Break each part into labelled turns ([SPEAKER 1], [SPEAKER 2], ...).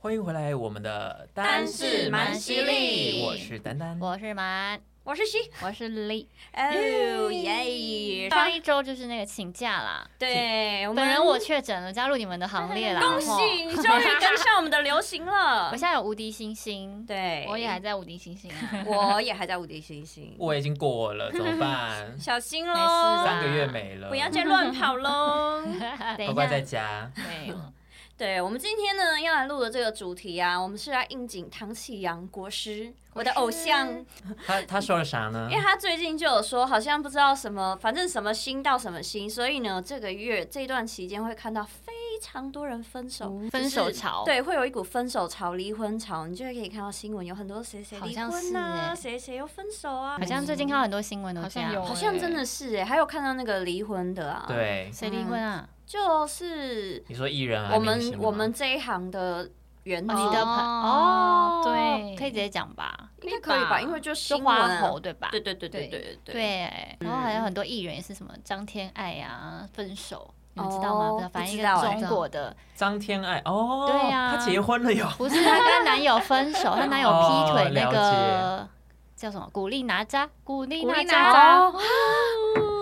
[SPEAKER 1] 欢迎回来，我们的
[SPEAKER 2] 单是蛮犀利
[SPEAKER 1] 我是丹丹。
[SPEAKER 3] 我是蛮，
[SPEAKER 2] 我是徐，
[SPEAKER 3] 我是李。
[SPEAKER 2] 哦耶！
[SPEAKER 3] 上一周就是那个请假啦，
[SPEAKER 2] 对，我们
[SPEAKER 3] 本人我确诊了，加入你们的行列啦。
[SPEAKER 2] 恭
[SPEAKER 3] 吼
[SPEAKER 2] 喜你终于跟上我们的流行了
[SPEAKER 3] 我现。在有无敌星星，
[SPEAKER 2] 对，。
[SPEAKER 3] 我也还在无敌星星啊
[SPEAKER 2] 我也还在无敌星星，？
[SPEAKER 1] 我已经过了，怎么办
[SPEAKER 2] 小心
[SPEAKER 3] 没事啦
[SPEAKER 2] 喽，
[SPEAKER 1] 三个月没了，
[SPEAKER 2] 不要再乱跑 喽。
[SPEAKER 3] 等
[SPEAKER 1] 乖
[SPEAKER 3] 一
[SPEAKER 1] 乖
[SPEAKER 3] 下，
[SPEAKER 1] 在家。
[SPEAKER 3] 对，
[SPEAKER 2] 对我们今天呢要来录的这个主题啊，我们是来应景唐启阳国师，我的偶像，
[SPEAKER 1] 他他说了啥呢
[SPEAKER 2] 因为？他最近就有说，好像不知道什么，反正什么星到什么星，所以呢，这个月这段期间会看到非常多人分手，
[SPEAKER 3] 分手潮
[SPEAKER 2] 就是对，会有一股分手潮、离婚潮，你就会可以看到新闻有很多谁谁离
[SPEAKER 3] 好像
[SPEAKER 2] 婚
[SPEAKER 3] 是
[SPEAKER 2] 啊，
[SPEAKER 3] 欸
[SPEAKER 2] 谁谁又分手啊，
[SPEAKER 3] 好像最近看到很多新闻都
[SPEAKER 4] 好
[SPEAKER 3] 这
[SPEAKER 4] 像
[SPEAKER 3] 样，
[SPEAKER 4] 有
[SPEAKER 2] 好像真的是哎、还有看到那个离婚的啊，，
[SPEAKER 1] 对，
[SPEAKER 3] 谁离婚啊？
[SPEAKER 2] 就是
[SPEAKER 1] 你说艺人啊，
[SPEAKER 2] 我
[SPEAKER 1] 明星
[SPEAKER 2] 们
[SPEAKER 1] 吗
[SPEAKER 2] 我们这一行的原
[SPEAKER 3] 哦
[SPEAKER 2] 理
[SPEAKER 3] 你的朋
[SPEAKER 4] 哦
[SPEAKER 3] 哦，
[SPEAKER 4] 对
[SPEAKER 3] 可以直接讲吧，
[SPEAKER 2] 应该可以吧，因为就
[SPEAKER 3] 就
[SPEAKER 2] 新闻
[SPEAKER 3] 花
[SPEAKER 2] 啊
[SPEAKER 3] 猴对吧？
[SPEAKER 2] 对对对对对嗯对。
[SPEAKER 3] 对，然后还有很多艺人也是什么张天爱呀分手，你们知道
[SPEAKER 2] 哦
[SPEAKER 3] 吗？不知道，反正一
[SPEAKER 2] 不知
[SPEAKER 3] 个
[SPEAKER 2] 道欸
[SPEAKER 3] 中国的，
[SPEAKER 1] 张天爱哦，
[SPEAKER 3] 对呀
[SPEAKER 1] 他结婚了哟。
[SPEAKER 3] 不是她跟男友分手，她男友劈
[SPEAKER 1] 哦
[SPEAKER 3] 腿那
[SPEAKER 1] 了
[SPEAKER 3] 个叫什么？古力娜扎，古力
[SPEAKER 2] 古
[SPEAKER 3] 娜
[SPEAKER 2] 力
[SPEAKER 3] 扎
[SPEAKER 2] 娜
[SPEAKER 3] 吗，
[SPEAKER 2] 扎，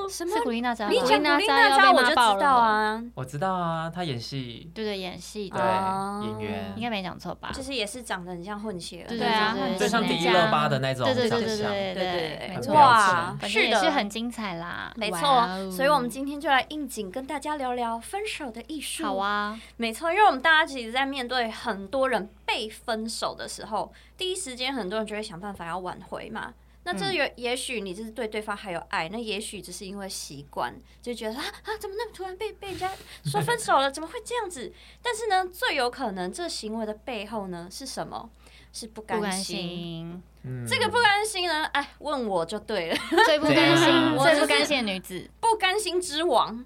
[SPEAKER 2] 什么
[SPEAKER 3] 是？古力娜扎吗，
[SPEAKER 2] 你
[SPEAKER 4] 古
[SPEAKER 2] 讲
[SPEAKER 4] 力
[SPEAKER 2] 古
[SPEAKER 4] 娜
[SPEAKER 2] 力
[SPEAKER 4] 扎
[SPEAKER 2] 娜
[SPEAKER 4] 要
[SPEAKER 2] 扎，
[SPEAKER 4] 被
[SPEAKER 2] 我就
[SPEAKER 4] 骂
[SPEAKER 2] 知
[SPEAKER 4] 爆了
[SPEAKER 2] 道啊，
[SPEAKER 1] 我知道啊，他演戏，
[SPEAKER 3] 对对，演戏
[SPEAKER 1] 对
[SPEAKER 3] 的，
[SPEAKER 2] 哦
[SPEAKER 1] 演
[SPEAKER 3] 应该
[SPEAKER 1] 员，
[SPEAKER 3] 没讲错吧？
[SPEAKER 2] 就是也是长得很像混血儿，
[SPEAKER 3] 对
[SPEAKER 4] 对啊
[SPEAKER 3] 对
[SPEAKER 1] 就
[SPEAKER 3] 对
[SPEAKER 1] 像
[SPEAKER 3] 对
[SPEAKER 1] 迪
[SPEAKER 3] 迪
[SPEAKER 1] 丽热巴的那种
[SPEAKER 3] 对对对
[SPEAKER 1] 长
[SPEAKER 3] 对
[SPEAKER 1] 相。
[SPEAKER 3] 对
[SPEAKER 2] 对
[SPEAKER 3] 没
[SPEAKER 1] 很
[SPEAKER 3] 错，
[SPEAKER 1] 标
[SPEAKER 3] 反
[SPEAKER 2] 哇，
[SPEAKER 3] 正
[SPEAKER 2] 是
[SPEAKER 3] 也
[SPEAKER 2] 的，
[SPEAKER 3] 是很精彩啦，
[SPEAKER 2] 没
[SPEAKER 3] 哇哦
[SPEAKER 2] 错，所以我们今天就来应景跟大家聊聊分手的艺术。
[SPEAKER 3] 好，啊，
[SPEAKER 2] 没错，因为我们大家其实，在面对很多人被分手的时候，第一时间很多人就会想办法要挽回嘛。那这
[SPEAKER 3] 嗯
[SPEAKER 2] 也也许你就是对对方还有爱，那也许只是因为习惯，就觉得啊啊，怎么那么突然被被人家说分手了，怎么会这样子？ 但是呢，最有可能这行为的背后呢是什么？是不
[SPEAKER 3] 不
[SPEAKER 2] 甘
[SPEAKER 3] 甘
[SPEAKER 2] 心。
[SPEAKER 3] 心，
[SPEAKER 1] 嗯
[SPEAKER 2] 这个不甘心呢，哎，问我就对了，
[SPEAKER 3] 最不甘
[SPEAKER 1] 怎样
[SPEAKER 3] 心，
[SPEAKER 2] 我
[SPEAKER 3] 最
[SPEAKER 2] 就
[SPEAKER 3] 不
[SPEAKER 2] 是
[SPEAKER 3] 甘心的女子，
[SPEAKER 2] 不甘心之王。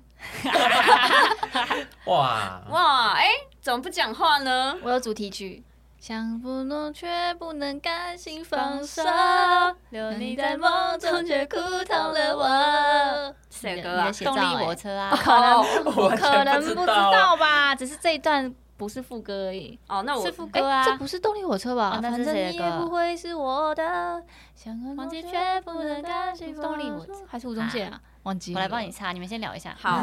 [SPEAKER 1] 哇，
[SPEAKER 2] 哇，哎、怎么不讲话呢？
[SPEAKER 4] 我有主题曲。想不弄却不能甘心放
[SPEAKER 3] 放
[SPEAKER 4] 手
[SPEAKER 3] 手，
[SPEAKER 4] 留你
[SPEAKER 3] 你
[SPEAKER 4] 在
[SPEAKER 3] 在
[SPEAKER 4] 梦
[SPEAKER 3] 梦
[SPEAKER 4] 中
[SPEAKER 3] 中却
[SPEAKER 4] 却苦
[SPEAKER 3] 苦
[SPEAKER 4] 痛
[SPEAKER 3] 痛
[SPEAKER 4] 了
[SPEAKER 3] 了
[SPEAKER 4] 我
[SPEAKER 3] 我。
[SPEAKER 2] 谁
[SPEAKER 4] 你
[SPEAKER 2] 歌
[SPEAKER 4] 的
[SPEAKER 2] 啊
[SPEAKER 4] 你？写
[SPEAKER 3] 动力
[SPEAKER 4] 照欸
[SPEAKER 3] 火车啊，
[SPEAKER 2] 可能
[SPEAKER 1] 哦我完
[SPEAKER 4] 可能
[SPEAKER 1] 全
[SPEAKER 4] 不知
[SPEAKER 1] 道。
[SPEAKER 4] 道吧，只是这一段不是副歌而已。
[SPEAKER 2] 哦，那我
[SPEAKER 3] 是副
[SPEAKER 4] 哎
[SPEAKER 3] 歌啊，
[SPEAKER 4] 这不是动力火车吧
[SPEAKER 3] 哦？那
[SPEAKER 4] 反
[SPEAKER 3] 是
[SPEAKER 4] 正
[SPEAKER 3] 谁
[SPEAKER 4] 你
[SPEAKER 3] 的
[SPEAKER 4] 也
[SPEAKER 3] 歌
[SPEAKER 4] 不会是我的，想和
[SPEAKER 3] 忘记
[SPEAKER 4] 却
[SPEAKER 3] 却
[SPEAKER 4] 不
[SPEAKER 3] 不
[SPEAKER 4] 能
[SPEAKER 3] 能
[SPEAKER 4] 甘
[SPEAKER 3] 甘
[SPEAKER 4] 心
[SPEAKER 3] 心
[SPEAKER 4] 放手。
[SPEAKER 3] 放手
[SPEAKER 4] 动力火车还是吴宗宪啊？忘记
[SPEAKER 3] 我来 帮你。擦，你们先聊一下。
[SPEAKER 2] 好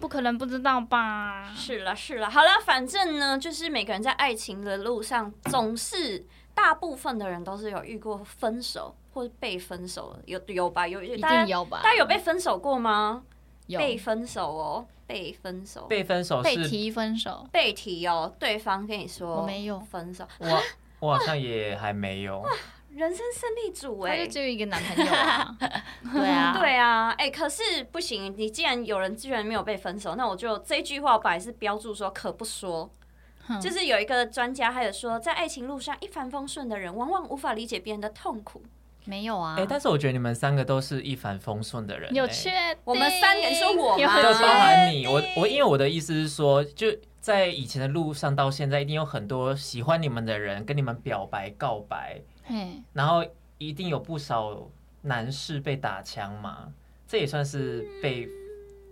[SPEAKER 4] 不可能不知道吧？
[SPEAKER 2] 是了是了，好了，反正呢，就是每个人在爱情的路上，总是大部分的人都是有遇过分手或者被分手的，有有吧？有有，
[SPEAKER 4] 一
[SPEAKER 2] 大家
[SPEAKER 4] 定有吧？
[SPEAKER 2] 大家有被分手过吗？
[SPEAKER 4] 有
[SPEAKER 2] 被分手哦，被分手，
[SPEAKER 1] 被分手
[SPEAKER 4] 被
[SPEAKER 1] 是，
[SPEAKER 4] 提分手，
[SPEAKER 2] 被提哦，对方跟你说
[SPEAKER 3] 我没有
[SPEAKER 2] 分手，
[SPEAKER 1] 我我好像也还没有。
[SPEAKER 2] 人生胜利组
[SPEAKER 4] 他
[SPEAKER 2] 哎、
[SPEAKER 4] 就只有一个男朋友啊。
[SPEAKER 3] 对啊，
[SPEAKER 2] 对啊，哎、可是不行，你既然有人居然没有被分手，那我就这句话我本来是标注说可不说。就是有一个专家，还有说，在爱情路上一帆风顺的人，往往无法理解别人的痛苦。
[SPEAKER 3] 没有啊
[SPEAKER 1] 哎、。但是我觉得你们三个都是一帆风顺的人、
[SPEAKER 4] 有
[SPEAKER 1] 欸
[SPEAKER 4] 确定？
[SPEAKER 2] 我们三个你说我吗
[SPEAKER 4] 有
[SPEAKER 1] 就
[SPEAKER 2] 确
[SPEAKER 1] 包含你，
[SPEAKER 4] 定
[SPEAKER 1] 我我因为我的意思是说，就在以前的路上到现在，一定有很多喜欢你们的人跟你们表白告白，
[SPEAKER 4] 嘿，
[SPEAKER 1] 然后一定有不少男士被打枪嘛，这也算是被
[SPEAKER 4] 嗯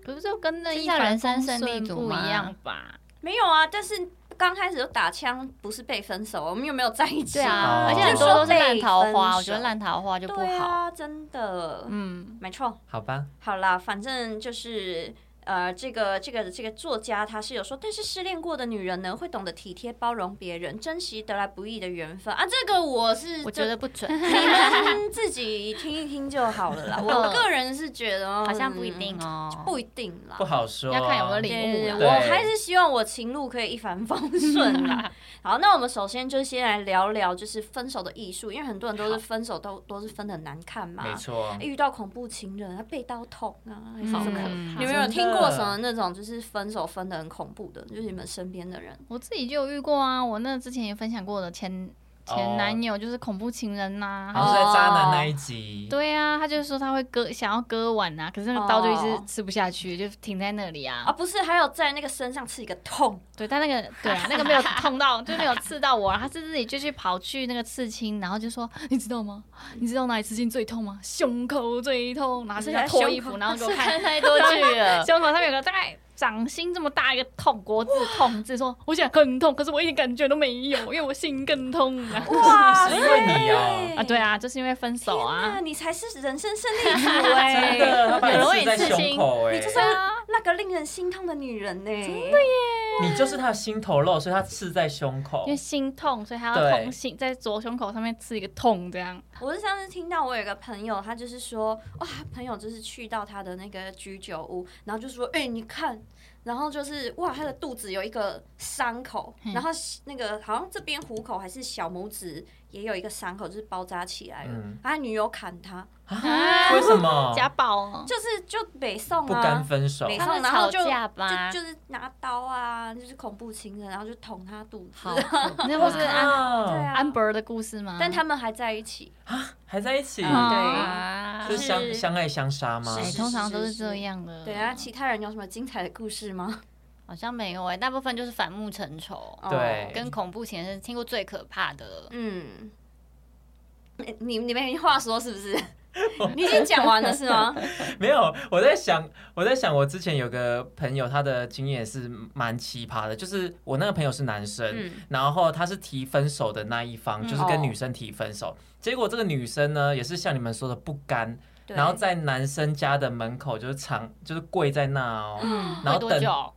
[SPEAKER 4] 可是就跟那
[SPEAKER 3] 这
[SPEAKER 4] 一
[SPEAKER 3] 叫
[SPEAKER 4] 帆
[SPEAKER 3] 人生
[SPEAKER 4] 风
[SPEAKER 3] 胜利
[SPEAKER 4] 顺
[SPEAKER 3] 组
[SPEAKER 4] 不
[SPEAKER 3] 吗
[SPEAKER 4] 一样吧？
[SPEAKER 2] 没有啊，但是刚开始就打枪，不是被分手，我们又没有在一起。
[SPEAKER 3] 对啊，
[SPEAKER 1] 哦
[SPEAKER 3] 而且很
[SPEAKER 1] 就
[SPEAKER 3] 多
[SPEAKER 1] 说
[SPEAKER 3] 都是烂桃
[SPEAKER 2] 被分
[SPEAKER 3] 花，
[SPEAKER 2] 手
[SPEAKER 3] 我觉得烂桃花就不
[SPEAKER 2] 对
[SPEAKER 3] 好。
[SPEAKER 2] 啊，真的，
[SPEAKER 4] 嗯，
[SPEAKER 2] 没错。
[SPEAKER 1] 好吧？
[SPEAKER 2] 好啦，反正就是。呃，这个这个这个作家他是有说，但是失恋过的女人呢，会懂得体贴包容别人，珍惜得来不易的缘分啊。这个我是
[SPEAKER 3] 我觉得不 准，
[SPEAKER 2] 就你们自己听一听就好 了啦。我个人是觉得嗯
[SPEAKER 3] 好像不一定，哦
[SPEAKER 2] 哦嗯。不一定啦
[SPEAKER 1] 不。好说，
[SPEAKER 4] 要看有没有领
[SPEAKER 2] 对，
[SPEAKER 4] 悟
[SPEAKER 2] 我
[SPEAKER 1] 对
[SPEAKER 4] 啦。
[SPEAKER 2] 还是希望我情路可以一帆风顺 啦。好，那我们首先就先来聊聊，就是分手的艺术，因为很多人都是分手都都是分的难看嘛，
[SPEAKER 1] 没错，
[SPEAKER 2] 遇到恐怖情人啊，被刀捅啊，还是什
[SPEAKER 4] 好
[SPEAKER 2] 么
[SPEAKER 4] 可
[SPEAKER 2] 的。
[SPEAKER 4] 怕
[SPEAKER 3] 嗯
[SPEAKER 1] 们
[SPEAKER 2] 你们有
[SPEAKER 1] 真
[SPEAKER 2] 听
[SPEAKER 1] 的
[SPEAKER 2] 过什么那种就是分手分的很恐怖的，就是你们身边的人？
[SPEAKER 4] 我自己就有遇过啊，我那之前也分享过我的前前男友就是恐怖情人呐、
[SPEAKER 1] 哦好
[SPEAKER 4] 他
[SPEAKER 1] 像在
[SPEAKER 4] 就
[SPEAKER 1] 渣男那一集，
[SPEAKER 4] 哦对啊，他就说他会割，想要割腕啊，可是那个刀就一
[SPEAKER 2] 哦
[SPEAKER 4] 直吃不下去，就停在那里啊。
[SPEAKER 2] 啊，不是，还有在那个身上刺一个痛，
[SPEAKER 4] 对，但那个对啊，那个没有痛到，就没有刺到我，他是自己就去跑去那个刺青，然后就说你知道吗？你知道哪里刺青最痛吗？胸口最痛，然后就
[SPEAKER 2] 你是
[SPEAKER 4] 要
[SPEAKER 2] 在
[SPEAKER 4] 脱
[SPEAKER 2] 胸
[SPEAKER 4] 衣
[SPEAKER 2] 口
[SPEAKER 4] 啊服，然后给我 看
[SPEAKER 3] 看太多剧了，
[SPEAKER 4] 胸口上面有个大概掌心这么大一个痛，国字痛字，说我想很痛，可是我一点感觉都没有，因为我心更痛啊。
[SPEAKER 2] 哇
[SPEAKER 1] 是因为你
[SPEAKER 2] 塞
[SPEAKER 1] 哦，
[SPEAKER 4] 啊，对啊，就是因为分手
[SPEAKER 2] 那
[SPEAKER 4] 啊，
[SPEAKER 2] 你才是人生胜利 组哎、
[SPEAKER 1] 真的，他把你刺在胸口哎、
[SPEAKER 2] 你就是那个令人心痛的女人呢、啊真的耶！
[SPEAKER 1] 你就是他的心头肉，所以他刺在胸口
[SPEAKER 4] 因为。心痛，所以他要
[SPEAKER 1] 对
[SPEAKER 4] 痛心，在左胸口上面刺一个痛，这样。
[SPEAKER 2] 我是上次听到我有一个朋友，他就是说，哇，他朋友就是去到他的那个居酒屋，然后就说，哎、你看，然后就是哇，他的肚子有一个伤口，然后那个好像这边虎口还是小拇指也有一个伤口，就是包扎起来了。
[SPEAKER 1] 嗯
[SPEAKER 2] 他女友砍他，
[SPEAKER 1] 啊为什么
[SPEAKER 4] 家暴哦，
[SPEAKER 2] 就是就北宋
[SPEAKER 1] 不甘
[SPEAKER 2] 啊，
[SPEAKER 1] 分手？
[SPEAKER 2] 北
[SPEAKER 3] 他
[SPEAKER 2] 宋，
[SPEAKER 3] 们
[SPEAKER 2] 然后
[SPEAKER 3] 吵
[SPEAKER 2] 就
[SPEAKER 3] 架吧，
[SPEAKER 2] 就就是拿刀啊，就是恐怖情人，然后就捅他肚子。
[SPEAKER 3] 好，
[SPEAKER 4] 那
[SPEAKER 3] 啊
[SPEAKER 4] 不是安
[SPEAKER 2] 啊对
[SPEAKER 1] 啊，
[SPEAKER 2] 啊，
[SPEAKER 4] 安博的故事吗？
[SPEAKER 2] 但他们还在一起。
[SPEAKER 1] 还在一起，
[SPEAKER 2] 嗯对
[SPEAKER 4] 啊
[SPEAKER 1] 就是相
[SPEAKER 2] 是
[SPEAKER 1] 相爱相杀吗？
[SPEAKER 2] 是
[SPEAKER 4] 哎，
[SPEAKER 2] 是
[SPEAKER 4] 通常都是这样的。
[SPEAKER 2] 对啊，其他人有什么精彩的故事吗？
[SPEAKER 3] 好像没有哎、大部分就是反目成仇，
[SPEAKER 2] 哦
[SPEAKER 1] 对
[SPEAKER 3] 跟恐怖情人是听过最可怕的。
[SPEAKER 2] 嗯，你你你没话说是 不是？你已经讲完了是吗？
[SPEAKER 1] 没有，我在想，我在想，我之前有个朋友，他的经验是蛮奇葩的，就是我那个朋友是男生，
[SPEAKER 2] 嗯哦
[SPEAKER 1] 然后他是提分手的那一方，
[SPEAKER 3] 嗯
[SPEAKER 1] 就是跟女生提分手，结果这个女生呢，也是像你们说的不甘，
[SPEAKER 2] 对
[SPEAKER 1] 然后在男生家的门口就是长就是跪在那哦。
[SPEAKER 3] 嗯，
[SPEAKER 1] 然
[SPEAKER 3] 会
[SPEAKER 1] 后
[SPEAKER 3] 多
[SPEAKER 1] 等
[SPEAKER 3] 久？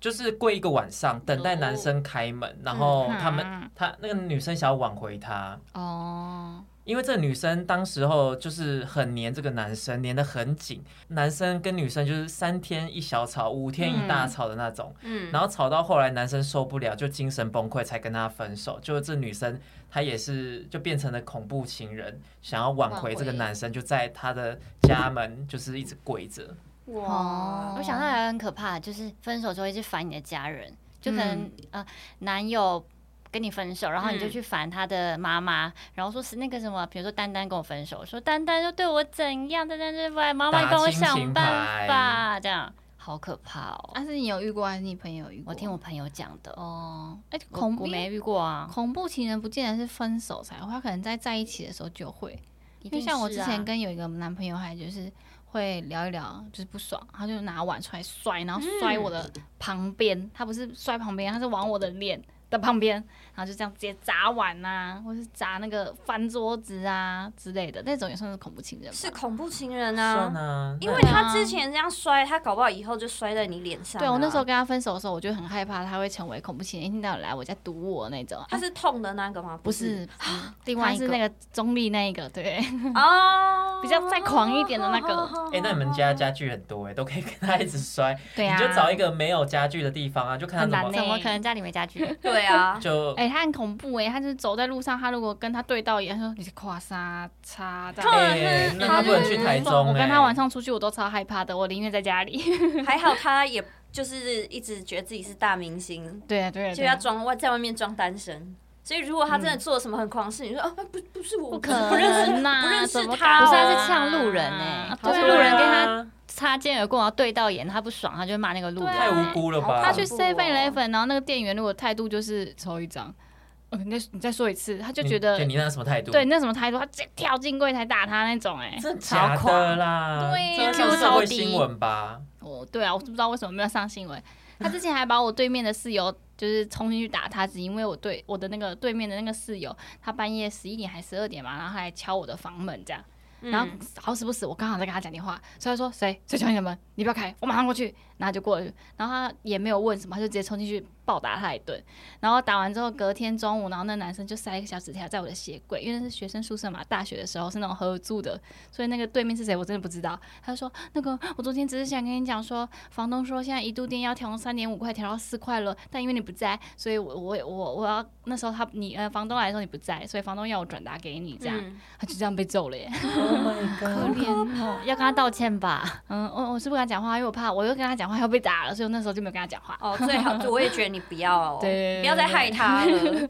[SPEAKER 1] 就是跪一个晚上，等
[SPEAKER 2] 哦
[SPEAKER 1] 待男生开门，然后他们、
[SPEAKER 4] 嗯
[SPEAKER 1] 他那个女生想要挽回他，
[SPEAKER 4] 哦，
[SPEAKER 1] 因为这女生当时候就是很黏这个男生，黏得很紧，男生跟女生就是三天一小吵，五天一大吵的那种，
[SPEAKER 2] 嗯，
[SPEAKER 1] 然后吵到后来男生受不了，就精神崩溃，才跟她分手。就这女生她也是就变成了恐怖情人，想要挽回这个男生，就在他的家门就是一直跪着，
[SPEAKER 4] 哦
[SPEAKER 2] 哇，
[SPEAKER 3] 我想到还很可怕，就是分手之后一直烦你的家人，就可能、
[SPEAKER 2] 嗯
[SPEAKER 3] 呃男友。跟你分手，然后你就
[SPEAKER 2] 嗯
[SPEAKER 3] 去烦他的妈妈，然后说是那个什么，比如说丹丹跟我分手，说丹丹就对我怎样，丹丹就不爱，妈妈
[SPEAKER 1] 打
[SPEAKER 3] 帮我
[SPEAKER 1] 亲
[SPEAKER 3] 想
[SPEAKER 1] 情
[SPEAKER 3] 办
[SPEAKER 1] 牌
[SPEAKER 3] 法，这样好可怕哦！
[SPEAKER 4] 啊但是你有遇过还是你朋友有遇过？
[SPEAKER 3] 我听我朋友讲的，
[SPEAKER 4] 哦，哎，
[SPEAKER 3] 我
[SPEAKER 4] 恐怖
[SPEAKER 3] 我没遇过啊，
[SPEAKER 4] 恐怖情人不见得是分手才会，他可能在在一起的时候就会。
[SPEAKER 3] 一
[SPEAKER 4] 因为
[SPEAKER 3] 定
[SPEAKER 4] 像我之
[SPEAKER 3] 是啊
[SPEAKER 4] 前跟有一个男朋友，还就是会聊一聊，就是不爽，他就拿碗出来摔，然后摔我的旁边，他不是摔旁边，他是往我的脸的旁边，然后就这样直接砸碗呐、或是砸那个翻桌子啊之类的，那种也算是恐怖情人吧。
[SPEAKER 2] 是恐怖情人
[SPEAKER 1] 算
[SPEAKER 2] 啊，
[SPEAKER 1] 啊，
[SPEAKER 2] 因为
[SPEAKER 4] 对啊
[SPEAKER 2] 他之前这样摔，他搞不好以后就摔在你脸上啊。
[SPEAKER 4] 对我那时候跟他分手的时候，我就很害怕他会成为恐怖情人，一天到晚来我家堵我那种。
[SPEAKER 2] 他是痛的那个吗？
[SPEAKER 4] 不是，嗯
[SPEAKER 3] 另
[SPEAKER 4] 他
[SPEAKER 3] 外一个
[SPEAKER 4] 是那个中立那一个，对，
[SPEAKER 2] 哦，
[SPEAKER 4] 嗯比较再狂一点的那个
[SPEAKER 1] 哎、那你们家家具很多哎、都可以跟他一直摔，
[SPEAKER 4] 对啊，
[SPEAKER 1] 你就找一个没有家具的地方啊，就看他怎
[SPEAKER 4] 很
[SPEAKER 1] 么
[SPEAKER 4] 难
[SPEAKER 3] 怎么可能家里没家具？
[SPEAKER 2] 对啊，
[SPEAKER 1] 就
[SPEAKER 4] 哎、他很恐怖哎、他就是走在路上，他如果跟他对到眼，他说你是跨沙叉这样。
[SPEAKER 1] 哎、那他不能去台中哎、
[SPEAKER 4] 我跟他晚上出去，我都超害怕的，我宁愿在家里。
[SPEAKER 2] 还好他也就是一直觉得自己是大明星，
[SPEAKER 4] 对啊，对嗯啊，
[SPEAKER 2] 就要装外在外面装单身。所以如果他真的做了什么很狂的事，你说啊不不是我，
[SPEAKER 4] 不
[SPEAKER 2] 不
[SPEAKER 4] 可
[SPEAKER 2] 不认识
[SPEAKER 4] 能
[SPEAKER 3] 啊
[SPEAKER 4] 呐、
[SPEAKER 2] 不认
[SPEAKER 4] 怎
[SPEAKER 2] 识
[SPEAKER 4] 么啊
[SPEAKER 2] 他、
[SPEAKER 4] 可
[SPEAKER 2] 哦，
[SPEAKER 3] 不是
[SPEAKER 4] 能
[SPEAKER 3] 他是呛路人欸
[SPEAKER 4] 对啊
[SPEAKER 3] 好像
[SPEAKER 1] 对啊
[SPEAKER 3] 路人跟他擦肩而过，然后对到眼，他不爽，他就会骂那个路人。
[SPEAKER 1] 太
[SPEAKER 4] 啊
[SPEAKER 1] 无辜了吧？
[SPEAKER 4] 他去 Seven
[SPEAKER 2] 好恐怖
[SPEAKER 4] Eleven，然后那个店员如果态度就是抽一张，哦你再你再说一次，他就
[SPEAKER 1] 你
[SPEAKER 4] 觉得
[SPEAKER 1] 对你那什么态度？
[SPEAKER 4] 对，那什么态度，他直接跳进柜台打他那种哎、
[SPEAKER 1] 真的假的啦？
[SPEAKER 4] 对
[SPEAKER 1] 这
[SPEAKER 4] 呀
[SPEAKER 1] 个上社会新闻吧？
[SPEAKER 4] 哦，对啊，我不知道为什么没有上新闻。他之前还把我对面的室友就是冲进去打他，只因为我对我的那个对面的那个室友，他半夜十一点还十二点嘛，然后还敲我的房门这样。
[SPEAKER 2] 嗯
[SPEAKER 4] 然后好死不死，我刚好在跟他讲电话，所以他说谁谁敲你的门，你不要开，我马上过去，然后就过去，然后他也没有问什么，他就直接冲进去暴打他一顿，然后打完之后隔天中午，然后那男生就塞一个小纸条在我的鞋柜，因为那是学生宿舍嘛，大学的时候是那种合租的，所以那个对面是谁我真的不知道，他说那个我昨天只是想跟你讲说，房东说现在一度电要调从三点五块调到四块了，但因为你不在，所以我我我我要那时候他你呃房东来的时候你不在，所以房东要我转达给你这样，
[SPEAKER 2] 嗯
[SPEAKER 4] 他就这样被揍了耶。
[SPEAKER 1] Oh my
[SPEAKER 4] 可
[SPEAKER 1] god！
[SPEAKER 4] 怜哦。
[SPEAKER 3] 要跟他道歉吧，
[SPEAKER 4] 嗯，我我是不敢讲话，因为我怕我又跟他讲话要被打了，所以我那时候就没有跟他讲话。
[SPEAKER 2] 哦，最好就我也觉得你不要、哦，
[SPEAKER 4] 对对对对
[SPEAKER 2] 不要再害他了。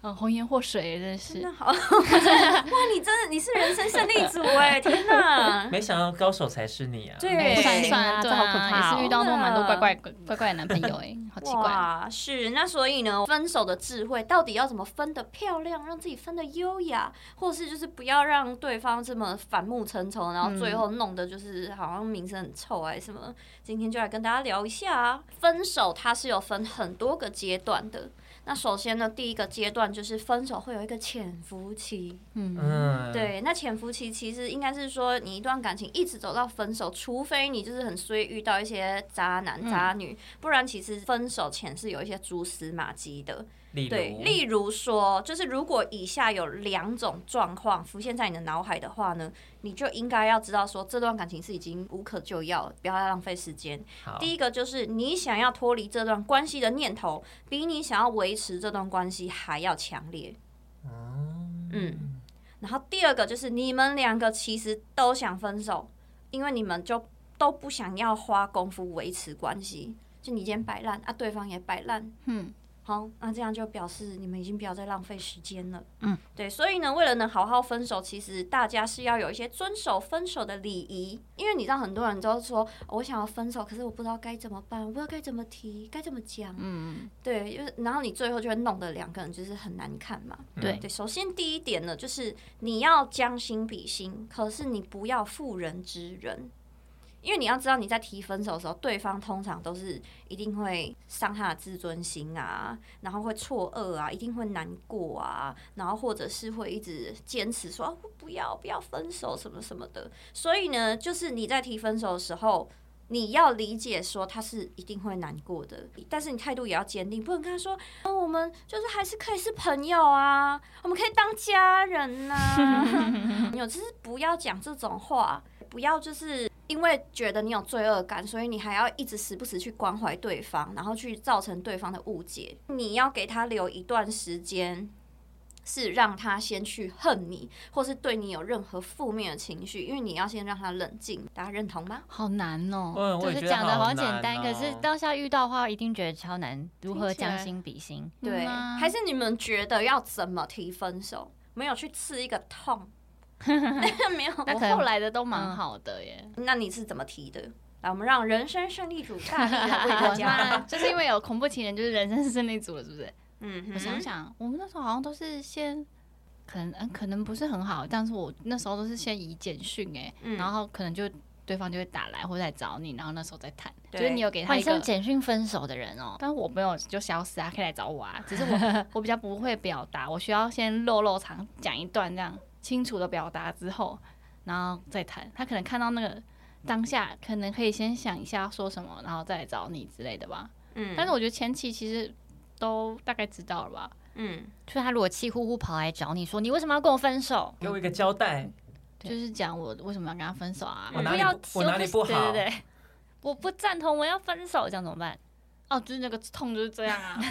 [SPEAKER 4] 嗯，红颜祸水，真
[SPEAKER 2] 真
[SPEAKER 4] 是
[SPEAKER 2] 的好， 我真的哇，你真的你是人生胜利组哎，天哪！
[SPEAKER 1] 没想到高手才是你啊！
[SPEAKER 2] 对
[SPEAKER 4] 哎算一
[SPEAKER 2] 行
[SPEAKER 4] 算，对
[SPEAKER 3] 这好可怕
[SPEAKER 4] 啊，也
[SPEAKER 3] 哦
[SPEAKER 4] 是遇到那么蛮多
[SPEAKER 2] 真的
[SPEAKER 4] 怪怪怪怪的男朋友，哎，好奇怪。
[SPEAKER 2] 哇，是那所以呢，分手的智慧到底要怎么分的漂亮，让自己分的优雅，或是就是不要让对方这么反目成仇，然后最
[SPEAKER 4] 嗯
[SPEAKER 2] 后弄得就是好像名声很臭啊还是什么？今天就来跟大家聊一下啊，分手它是有分很多个阶段的。那首先呢，第一个阶段就是分手会有一个潜伏期，
[SPEAKER 1] 嗯，，
[SPEAKER 2] 对，那潜伏期其实应该是说，你一段感情一直走到分手，除非你就是很衰遇到一些渣男
[SPEAKER 1] 嗯
[SPEAKER 2] 渣女，不然其实分手前是有一些蛛丝马迹的。
[SPEAKER 1] 例如，
[SPEAKER 2] 对，例如说，就是如果以下有两种状况浮现在你的脑海的话呢，你就应该要知道说，这段感情是已经无可救药了，不要再浪费时间。
[SPEAKER 1] 好，
[SPEAKER 2] 第一个就是你想要脱离这段关系的念头，比你想要维持这段关系还要强烈。嗯，然后第二个就是你们两个其实都想分手，因为你们就都不想要花功夫维持关系，就你今天摆烂啊，对方也摆烂，
[SPEAKER 4] 嗯，
[SPEAKER 2] 好，那这样就表示你们已经不要再浪费时间了。
[SPEAKER 4] 嗯，
[SPEAKER 2] 对，所以呢，为了能好好分手，其实大家是要有一些遵守分手的礼仪，因为你知道很多人都说、哦我想要分手，可是我不知道该怎么办，我不知道该怎么提，该怎么讲。
[SPEAKER 4] 嗯，
[SPEAKER 2] 对，就是然后你最后就会弄得两个人就是很难看嘛。
[SPEAKER 4] 对
[SPEAKER 2] 对，首先第一点呢，就是你要将心比心，可是你不要妇人之仁，因为你要知道你在提分手的时候，对方通常都是一定会伤他的自尊心啊，然后会错愕啊，一定会难过啊，然后或者是会一直坚持说、啊、我不要不要分手什么什么的。所以呢，就是你在提分手的时候。你要理解说他是一定会难过的，但是你态度也要坚定，不能跟他说那我们就是还是可以是朋友啊， 我们可以当家人呐、 有就是不要讲这种话，不要就是因为觉得你有罪恶感，所以你还要一直时不时去关怀对方，然后去造成对方的误解。你要给他留一段时间。是让他先去恨你，或是对你有任何负面的情绪，因为你要先让他冷静。大家认同吗？
[SPEAKER 4] 好难哦。
[SPEAKER 1] 嗯，
[SPEAKER 3] 就
[SPEAKER 1] 我也
[SPEAKER 3] 是
[SPEAKER 1] 觉得
[SPEAKER 3] 讲的好
[SPEAKER 1] 好
[SPEAKER 3] 简
[SPEAKER 1] 难
[SPEAKER 3] 单，
[SPEAKER 1] 哦
[SPEAKER 3] 可是当下遇到的话，一定觉得超难。如何
[SPEAKER 4] 听起来
[SPEAKER 3] 将心比心？
[SPEAKER 2] 对，
[SPEAKER 4] 嗯啊
[SPEAKER 2] 还是你们觉得要怎么提分手？没有去刺一个 痛，没有。
[SPEAKER 4] 但
[SPEAKER 3] 可能
[SPEAKER 4] 后来的都蛮好的耶。
[SPEAKER 2] 那你是怎么提的？来，我们让人生胜利组大力 的为大
[SPEAKER 4] 我嘛，
[SPEAKER 2] 家。
[SPEAKER 4] 嗯 就是因为有恐怖情人，就是人生胜利组了，是不是？
[SPEAKER 2] 嗯哼，
[SPEAKER 4] 我想想，我们那时候好像都是先，可能、嗯可能不是很好，但是我那时候都是先以简讯哎、
[SPEAKER 2] 嗯
[SPEAKER 4] 然后可能就对方就会打来或者来找你，然后那时候再谈，就
[SPEAKER 2] 对
[SPEAKER 4] 是你有给
[SPEAKER 3] 哇
[SPEAKER 4] 他
[SPEAKER 3] 你
[SPEAKER 4] 一
[SPEAKER 3] 像
[SPEAKER 4] 个。
[SPEAKER 3] 简讯分手的人哦，
[SPEAKER 4] 但是我没有就消失啊，可以来找我啊。只 是我我比较不会表达，我需要先肉肉长讲一段这样清楚的表达之后，然后再谈。他可能看到那个当下，可能可以先想一下说什么，然后再来找你之类的吧。
[SPEAKER 2] 嗯
[SPEAKER 4] 但是我觉得前期其实都大概知道了吧。
[SPEAKER 2] 嗯，
[SPEAKER 3] 就是他如果气呼呼跑来找你说你为什么要跟我分手？
[SPEAKER 1] 给我一个交代，
[SPEAKER 3] 对
[SPEAKER 4] 就是讲我为什么要跟他分手啊？
[SPEAKER 1] 我
[SPEAKER 4] 我
[SPEAKER 1] 哪里
[SPEAKER 4] 不要
[SPEAKER 1] 不我哪里不好
[SPEAKER 4] 对对对，
[SPEAKER 3] 我不赞同，我要分手，这样怎么办？
[SPEAKER 4] 哦，就是那个痛就是这样啊。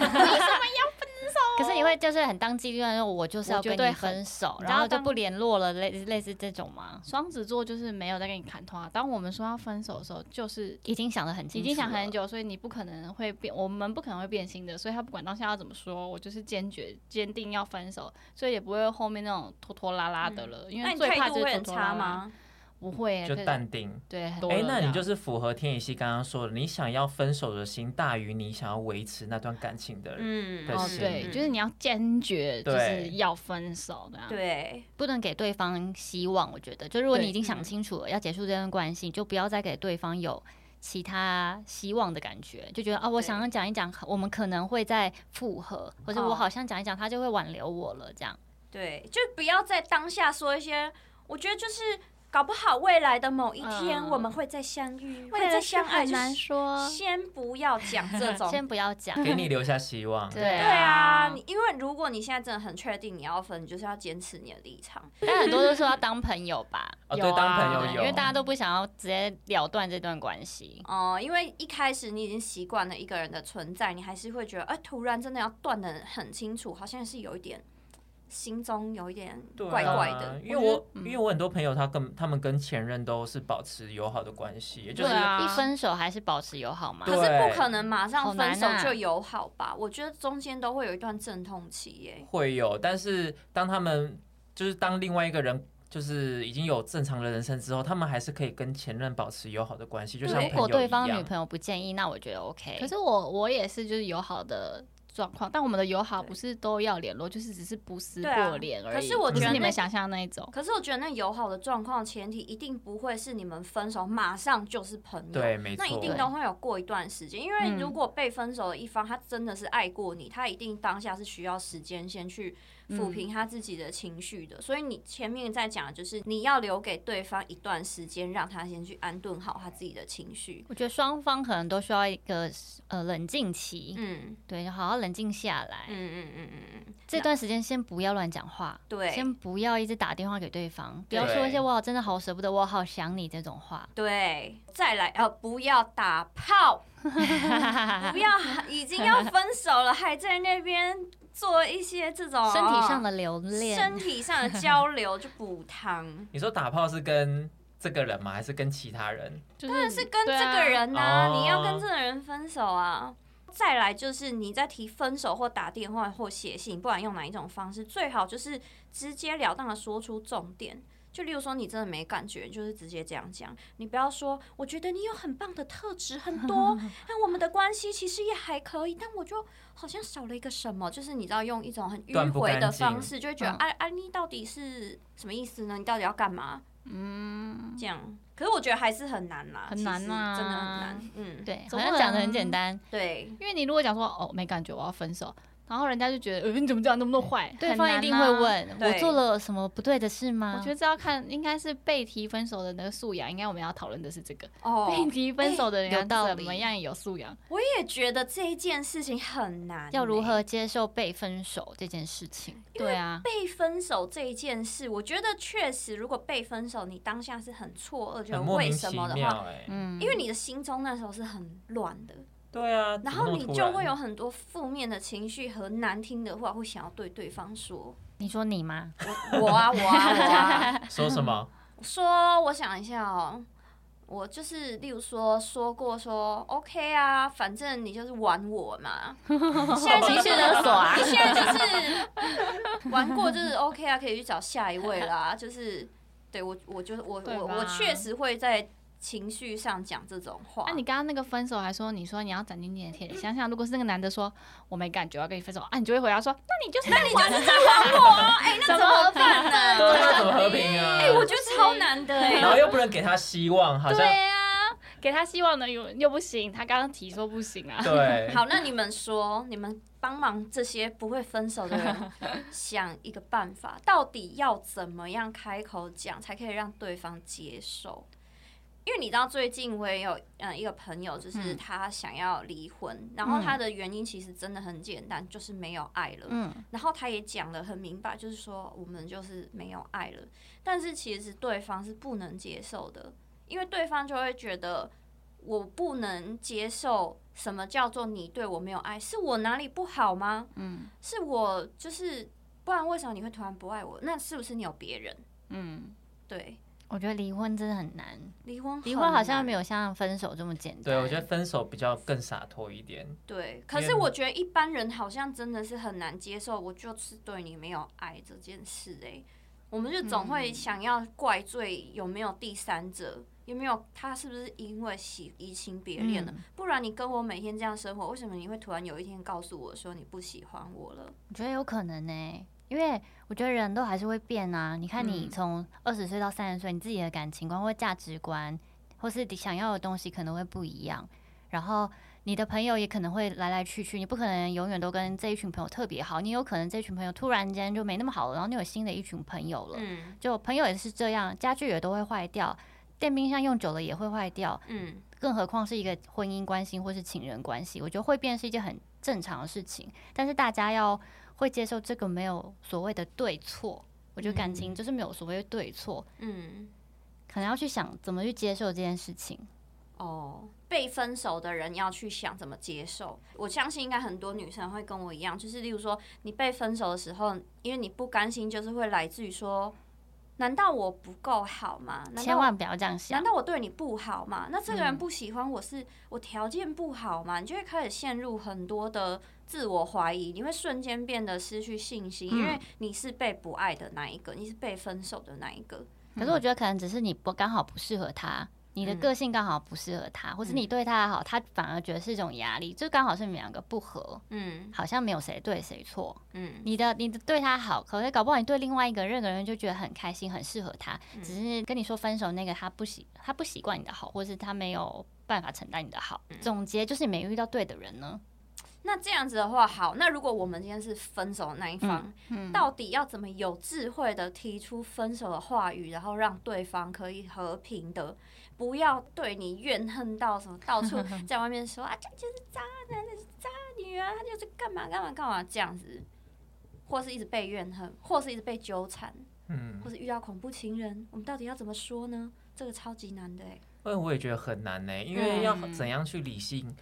[SPEAKER 3] 可是你会就是很当机立断地说，我就是要
[SPEAKER 4] 我
[SPEAKER 3] 跟
[SPEAKER 4] 绝
[SPEAKER 3] 你
[SPEAKER 4] 对
[SPEAKER 3] 分手，
[SPEAKER 4] 很
[SPEAKER 3] 然后
[SPEAKER 4] 你知
[SPEAKER 3] 就
[SPEAKER 4] 道
[SPEAKER 3] 不联络了，类类似这种吗？
[SPEAKER 4] 双子座就是没有在跟你砍话，当我们说要分手的时候，就是
[SPEAKER 3] 已经想得很清楚，
[SPEAKER 2] 嗯
[SPEAKER 4] 已经想很。久，所以你不可能会变，我们不可能会变心的。所以他不管当下要怎么说，我就是坚决坚定要分手，所以也不会后面那种拖拖拉拉的了。因
[SPEAKER 2] 嗯那
[SPEAKER 4] 为
[SPEAKER 2] 你
[SPEAKER 4] 最
[SPEAKER 2] 态
[SPEAKER 4] 怕
[SPEAKER 2] 度
[SPEAKER 4] 就是
[SPEAKER 2] 会
[SPEAKER 4] 拖
[SPEAKER 2] 很
[SPEAKER 4] 拖拉
[SPEAKER 2] 差
[SPEAKER 4] 拉，
[SPEAKER 2] 吗？
[SPEAKER 4] 不会，
[SPEAKER 1] 就
[SPEAKER 4] 可是哦
[SPEAKER 1] 淡定。
[SPEAKER 4] 对，很多
[SPEAKER 1] 哎，
[SPEAKER 4] 了
[SPEAKER 1] 那
[SPEAKER 4] 这
[SPEAKER 1] 你
[SPEAKER 4] 样
[SPEAKER 1] 就是符合天野希刚刚说的，你想要分手的心大于你想要维持那段感情的人。
[SPEAKER 2] 嗯，
[SPEAKER 1] 对
[SPEAKER 4] 哦，
[SPEAKER 1] 是
[SPEAKER 4] 对，
[SPEAKER 2] 嗯
[SPEAKER 4] 就是你要坚决，就
[SPEAKER 1] 对
[SPEAKER 4] 是要分手的啊。
[SPEAKER 2] 对，
[SPEAKER 3] 不能给对方希望。我觉得，就如果你
[SPEAKER 4] 对
[SPEAKER 3] 已经想清楚了要结束这段关系，就不要再给对方有其他希望的感觉，就觉得啊，我想要讲一讲，我们可能会再复合，或者
[SPEAKER 2] 哦
[SPEAKER 3] 我好像讲一讲，他就会挽留我了，这样。
[SPEAKER 2] 对，就不要在当下说一些，我觉得就是搞不好未来的某一天
[SPEAKER 4] 嗯
[SPEAKER 2] 我们会再相遇，会再相爱，就是
[SPEAKER 3] 说
[SPEAKER 2] 先不要讲 这种
[SPEAKER 3] 先不要讲。
[SPEAKER 1] 给 你留下希望。
[SPEAKER 4] 对
[SPEAKER 2] 对啊，你因为如果你现在真的很确定你要分，你就是要坚持你的立场。
[SPEAKER 3] 但很多都说要当朋友吧，
[SPEAKER 1] 哦，
[SPEAKER 4] 有
[SPEAKER 1] 对，当
[SPEAKER 4] 啊
[SPEAKER 1] 朋
[SPEAKER 3] 对
[SPEAKER 1] 友
[SPEAKER 3] 啊因
[SPEAKER 1] 有，
[SPEAKER 3] 为大家都不想要直接了断这段关系。
[SPEAKER 2] 哦、因为一开始你已经习惯了一呃个人的存在，你还是会觉得，哎、突然真的要断的很清楚，好像是有一点心中有一点
[SPEAKER 1] 对啊
[SPEAKER 2] 怪怪的。
[SPEAKER 1] 因为我
[SPEAKER 3] 嗯
[SPEAKER 1] 因为我很多朋友他跟他们跟前任都是保持友好的关系，也就是
[SPEAKER 4] 对啊
[SPEAKER 3] 一分手还是保持友好嘛
[SPEAKER 1] 对
[SPEAKER 2] 可。是不可能马上分手
[SPEAKER 3] 好难啊
[SPEAKER 2] 就友好吧？我觉得中间都会有一段阵痛期耶。
[SPEAKER 1] 会有，但是当他们就是当另外一个人就是已经有正常的人生之后，他们还是可以跟前任保持友好的关系，就
[SPEAKER 3] 如
[SPEAKER 1] 像朋
[SPEAKER 3] 果
[SPEAKER 1] 友
[SPEAKER 3] 哎对
[SPEAKER 1] 一
[SPEAKER 3] 方女
[SPEAKER 1] 样。
[SPEAKER 3] 朋友不介意，那我觉得 OK。
[SPEAKER 4] 可是我我也是就是友好的状况，但我们的友好
[SPEAKER 2] 对
[SPEAKER 4] 不是都要联络，就是只是不撕
[SPEAKER 2] 对啊
[SPEAKER 4] 破脸而已。
[SPEAKER 2] 可是我
[SPEAKER 4] 不
[SPEAKER 2] 觉得
[SPEAKER 4] 你
[SPEAKER 2] 那
[SPEAKER 4] 们想象的那一种，
[SPEAKER 2] 可是我觉得那友好的状况前提一定不会是你们分手马上就是朋友，
[SPEAKER 1] 对，没错，
[SPEAKER 2] 那一定都会有过一段时间，因为
[SPEAKER 4] 嗯
[SPEAKER 2] 如果被分手的一方他真的是爱过你，他一定当下是需要时间先去抚平他自己的情绪的。所以你前面在讲，就是你要留给对方一段时间，让他先去安顿好他自己的情绪。
[SPEAKER 3] 我觉得双方可能都需要一个呃冷静期，
[SPEAKER 2] 嗯
[SPEAKER 3] 对，好好冷静下来
[SPEAKER 2] 嗯。嗯嗯嗯嗯，
[SPEAKER 3] 这段时间先不要乱讲话，
[SPEAKER 2] 对
[SPEAKER 3] 先不要一直打电话给对方，不要
[SPEAKER 1] 对
[SPEAKER 3] 说一些“我好真的好舍不得，我好想你”这种话。
[SPEAKER 2] 对，再来呃，不要打 炮，不要已经要分手了，还在那边做一些这种呃
[SPEAKER 3] 身体上的留恋
[SPEAKER 2] 哦身，体上的交流就补汤。
[SPEAKER 1] 你说打炮是跟这个人吗？还是跟其他人？
[SPEAKER 4] 就
[SPEAKER 2] 当然是跟
[SPEAKER 4] 啊
[SPEAKER 2] 这个、人呐、
[SPEAKER 1] 哦
[SPEAKER 2] 你要跟这个人分手啊。再来就是你在提分手或打电话或写信，不管用哪一种方式，最好就是直截了当的说出重点。就例如说，你真的没感觉，你就是直接这样讲，你不要说我觉得你有很棒的特质很多，那我们的关系其实也还可以，但我就好像少了一个什么，就是你知道用一种很迂
[SPEAKER 1] 断不
[SPEAKER 2] 回的
[SPEAKER 1] 干净
[SPEAKER 2] 方式，就会觉得
[SPEAKER 4] 嗯
[SPEAKER 2] 安安妮到底是什么意思呢？你到底要干嘛？
[SPEAKER 4] 嗯，
[SPEAKER 2] 这样。可是我觉得还是很难啦，
[SPEAKER 4] 很难啊
[SPEAKER 2] 其实真的很难。嗯，
[SPEAKER 3] 对，好
[SPEAKER 4] 总
[SPEAKER 3] 像
[SPEAKER 4] 不
[SPEAKER 3] 讲的很
[SPEAKER 4] 能
[SPEAKER 3] 简单，
[SPEAKER 2] 对
[SPEAKER 4] 因为你如果讲说哦没感觉我要分手，然后人家就觉得呃 你怎么这样那么坏，
[SPEAKER 3] 对
[SPEAKER 4] 很
[SPEAKER 3] 方一
[SPEAKER 4] 难
[SPEAKER 3] 定
[SPEAKER 4] 啊
[SPEAKER 3] 会。问、
[SPEAKER 2] 对
[SPEAKER 3] 我做了什么不对的事吗？
[SPEAKER 4] 我觉得这要看，应该是被提分手的那个素养，应该我们要讨论的是这个、
[SPEAKER 2] 哦，
[SPEAKER 4] 被提分手的人
[SPEAKER 3] 有
[SPEAKER 4] 要
[SPEAKER 3] 道
[SPEAKER 4] 怎
[SPEAKER 3] 理
[SPEAKER 4] 么样有素养。
[SPEAKER 2] 我也觉得这一件事情很难、欸
[SPEAKER 3] 要如？何接受被分手这件事情？
[SPEAKER 4] 对啊，
[SPEAKER 2] 被分手这一件事，我觉得确实，如果被分手，你当下是很错愕，觉
[SPEAKER 1] 很
[SPEAKER 2] 得
[SPEAKER 1] 莫
[SPEAKER 2] 为
[SPEAKER 1] 名
[SPEAKER 2] 什
[SPEAKER 1] 其
[SPEAKER 2] 么的
[SPEAKER 1] 妙
[SPEAKER 2] 话，
[SPEAKER 1] 哎、
[SPEAKER 3] 嗯，
[SPEAKER 2] 因为你的心中那时候是很乱的，
[SPEAKER 1] 对啊，
[SPEAKER 2] 然后
[SPEAKER 1] 怎么那
[SPEAKER 2] 你
[SPEAKER 1] 么突
[SPEAKER 2] 就
[SPEAKER 1] 然
[SPEAKER 2] 会有很多负面的情绪和难听的话，会想要对对方说。
[SPEAKER 3] 你说你吗？
[SPEAKER 2] 我我啊我啊我啊，
[SPEAKER 1] 说什 么？
[SPEAKER 2] 说，我想一下哦，我就是例如说说过说 OK 啊，反正你就是玩我嘛， 现在就
[SPEAKER 3] 情绪
[SPEAKER 2] 是
[SPEAKER 3] 勒索啊
[SPEAKER 2] 现在就是玩过就是 OK 啊，可以去找下一位啦，就是对我我就是我
[SPEAKER 4] 对
[SPEAKER 2] 我
[SPEAKER 4] 吧
[SPEAKER 2] 我确实会在情绪上讲这种话，
[SPEAKER 4] 那、你刚刚那个分手还说，你说你要斩钉截铁，想想如果是那个男的说我没感觉我要跟你分手，啊，你就会回答说，那你就是那你就是在玩我啊，哎、
[SPEAKER 2] 那怎么办呢？
[SPEAKER 1] 对啊，怎么和平啊？
[SPEAKER 2] 哎、我觉得超难的 哎、
[SPEAKER 1] 然后又不能给他希望，好像
[SPEAKER 4] 对啊，给他希望呢又又不行，他刚刚提说不行啊，
[SPEAKER 1] 对，
[SPEAKER 2] 好，那你们说，你们帮忙这些不会分手的人想一个办法，到底要怎么样开口讲，才可以让对方接受？因为你知道，最近我也有嗯一个朋友，就是
[SPEAKER 4] 嗯
[SPEAKER 2] 他想要离婚，然后他的原因其实真的很简单，就是没有爱了。
[SPEAKER 3] 嗯，
[SPEAKER 2] 然后他也讲的很明白，就是说我们就是没有爱了，但是其实对方是不能接受的，因为对方就会觉得我不能接受什么叫做你对我没有爱，是我哪里不好吗？
[SPEAKER 4] 嗯
[SPEAKER 2] 是我就是，不然为什么你会突然不爱我？那是不是你有别人？
[SPEAKER 4] 嗯，
[SPEAKER 2] 对，
[SPEAKER 3] 我觉得离婚真的很难，
[SPEAKER 2] 离婚
[SPEAKER 3] 离婚好像没
[SPEAKER 2] 有
[SPEAKER 3] 有像分手这么简单。
[SPEAKER 1] 对我觉得分手比较更洒脱一点。
[SPEAKER 2] 对，可是我觉得一般人好像真的是很难接受，我就是对你没有爱这件事哎、我们就总会想要怪罪有没有第三者，有没有他是不是因为喜移情别恋了？不然你跟我每天这样生活，为什么你会突然有一天告诉我说你不喜欢我了？
[SPEAKER 3] 我觉得有可能呢、欸因为我觉得人都还是会变啊。你看，你
[SPEAKER 4] 嗯
[SPEAKER 3] 从二十岁到三十岁，你自己的感情观或价值观，或是你想要的东西可能会不一样。然后你的朋友也可能会来来去去，你不可能永远都跟这一群朋友特别好，你有可能这群朋友突然间就没那么好了，然后你有新的一群朋友了。
[SPEAKER 2] 嗯
[SPEAKER 3] 就朋友也是这样，家具也都会坏掉，电冰箱用久了也会坏掉，
[SPEAKER 2] 嗯，
[SPEAKER 3] 更何况是一个婚姻关系或是情人关系，我觉得会变是一件很正常的事情。但是大家要会接受这个没有所谓的对错，我觉得感情
[SPEAKER 2] 嗯
[SPEAKER 3] 就是没有所谓的对错，
[SPEAKER 2] 嗯，
[SPEAKER 3] 可能要去想怎么去接受这件事情。
[SPEAKER 2] 哦，被分手的人要去想怎么接受。我相信应该很多女生会跟我一样，就是例如说你被分手的时候，因为你不甘心，就是会来自于说，难道我不够好吗？难
[SPEAKER 3] 千
[SPEAKER 2] 道我
[SPEAKER 3] 万不要这样想
[SPEAKER 2] 难。道我对你不好吗？那这个人
[SPEAKER 3] 嗯
[SPEAKER 2] 不喜欢我是、我条件不好吗？你就会开始陷入很多的自我怀疑，你会瞬间变得失去信心，因
[SPEAKER 3] 嗯
[SPEAKER 2] 为你是被不爱的那一个，你是被分手的那一个。
[SPEAKER 3] 可是我觉得可能只是你不刚好不适合他，你的
[SPEAKER 2] 嗯
[SPEAKER 3] 个性刚好不适合他，或是你对他好，他反而觉得是一种压力，就刚好是你们两个不合，
[SPEAKER 2] 嗯
[SPEAKER 3] 好像没有谁对谁错。
[SPEAKER 2] 嗯
[SPEAKER 3] 你的你的对他好，可是搞不好你对另外一个人，那个人就觉得很开心，很适合他，只是跟你说分手那个他不喜他不习惯你的好，或是他没有办法承担你的好。总结就是你没遇到对的人呢。
[SPEAKER 2] 那这样子的话，好，那如果我们今天是分手的那一方，
[SPEAKER 4] 嗯
[SPEAKER 2] 到底要怎么有智慧的提出分手的话语，然后让对方可以和平的，不要对你怨恨到什么到 处在外面说啊，这就是渣男，这是渣女啊，他就是干嘛干嘛干嘛这样子，或是一直被怨恨，或是一直被纠缠，
[SPEAKER 1] 嗯
[SPEAKER 2] 或，是遇到恐怖情人，我们到底要怎么说呢？这个超级难的哎、
[SPEAKER 1] 嗯，我也觉得很难呢、因为要
[SPEAKER 4] 嗯
[SPEAKER 1] 怎样去理性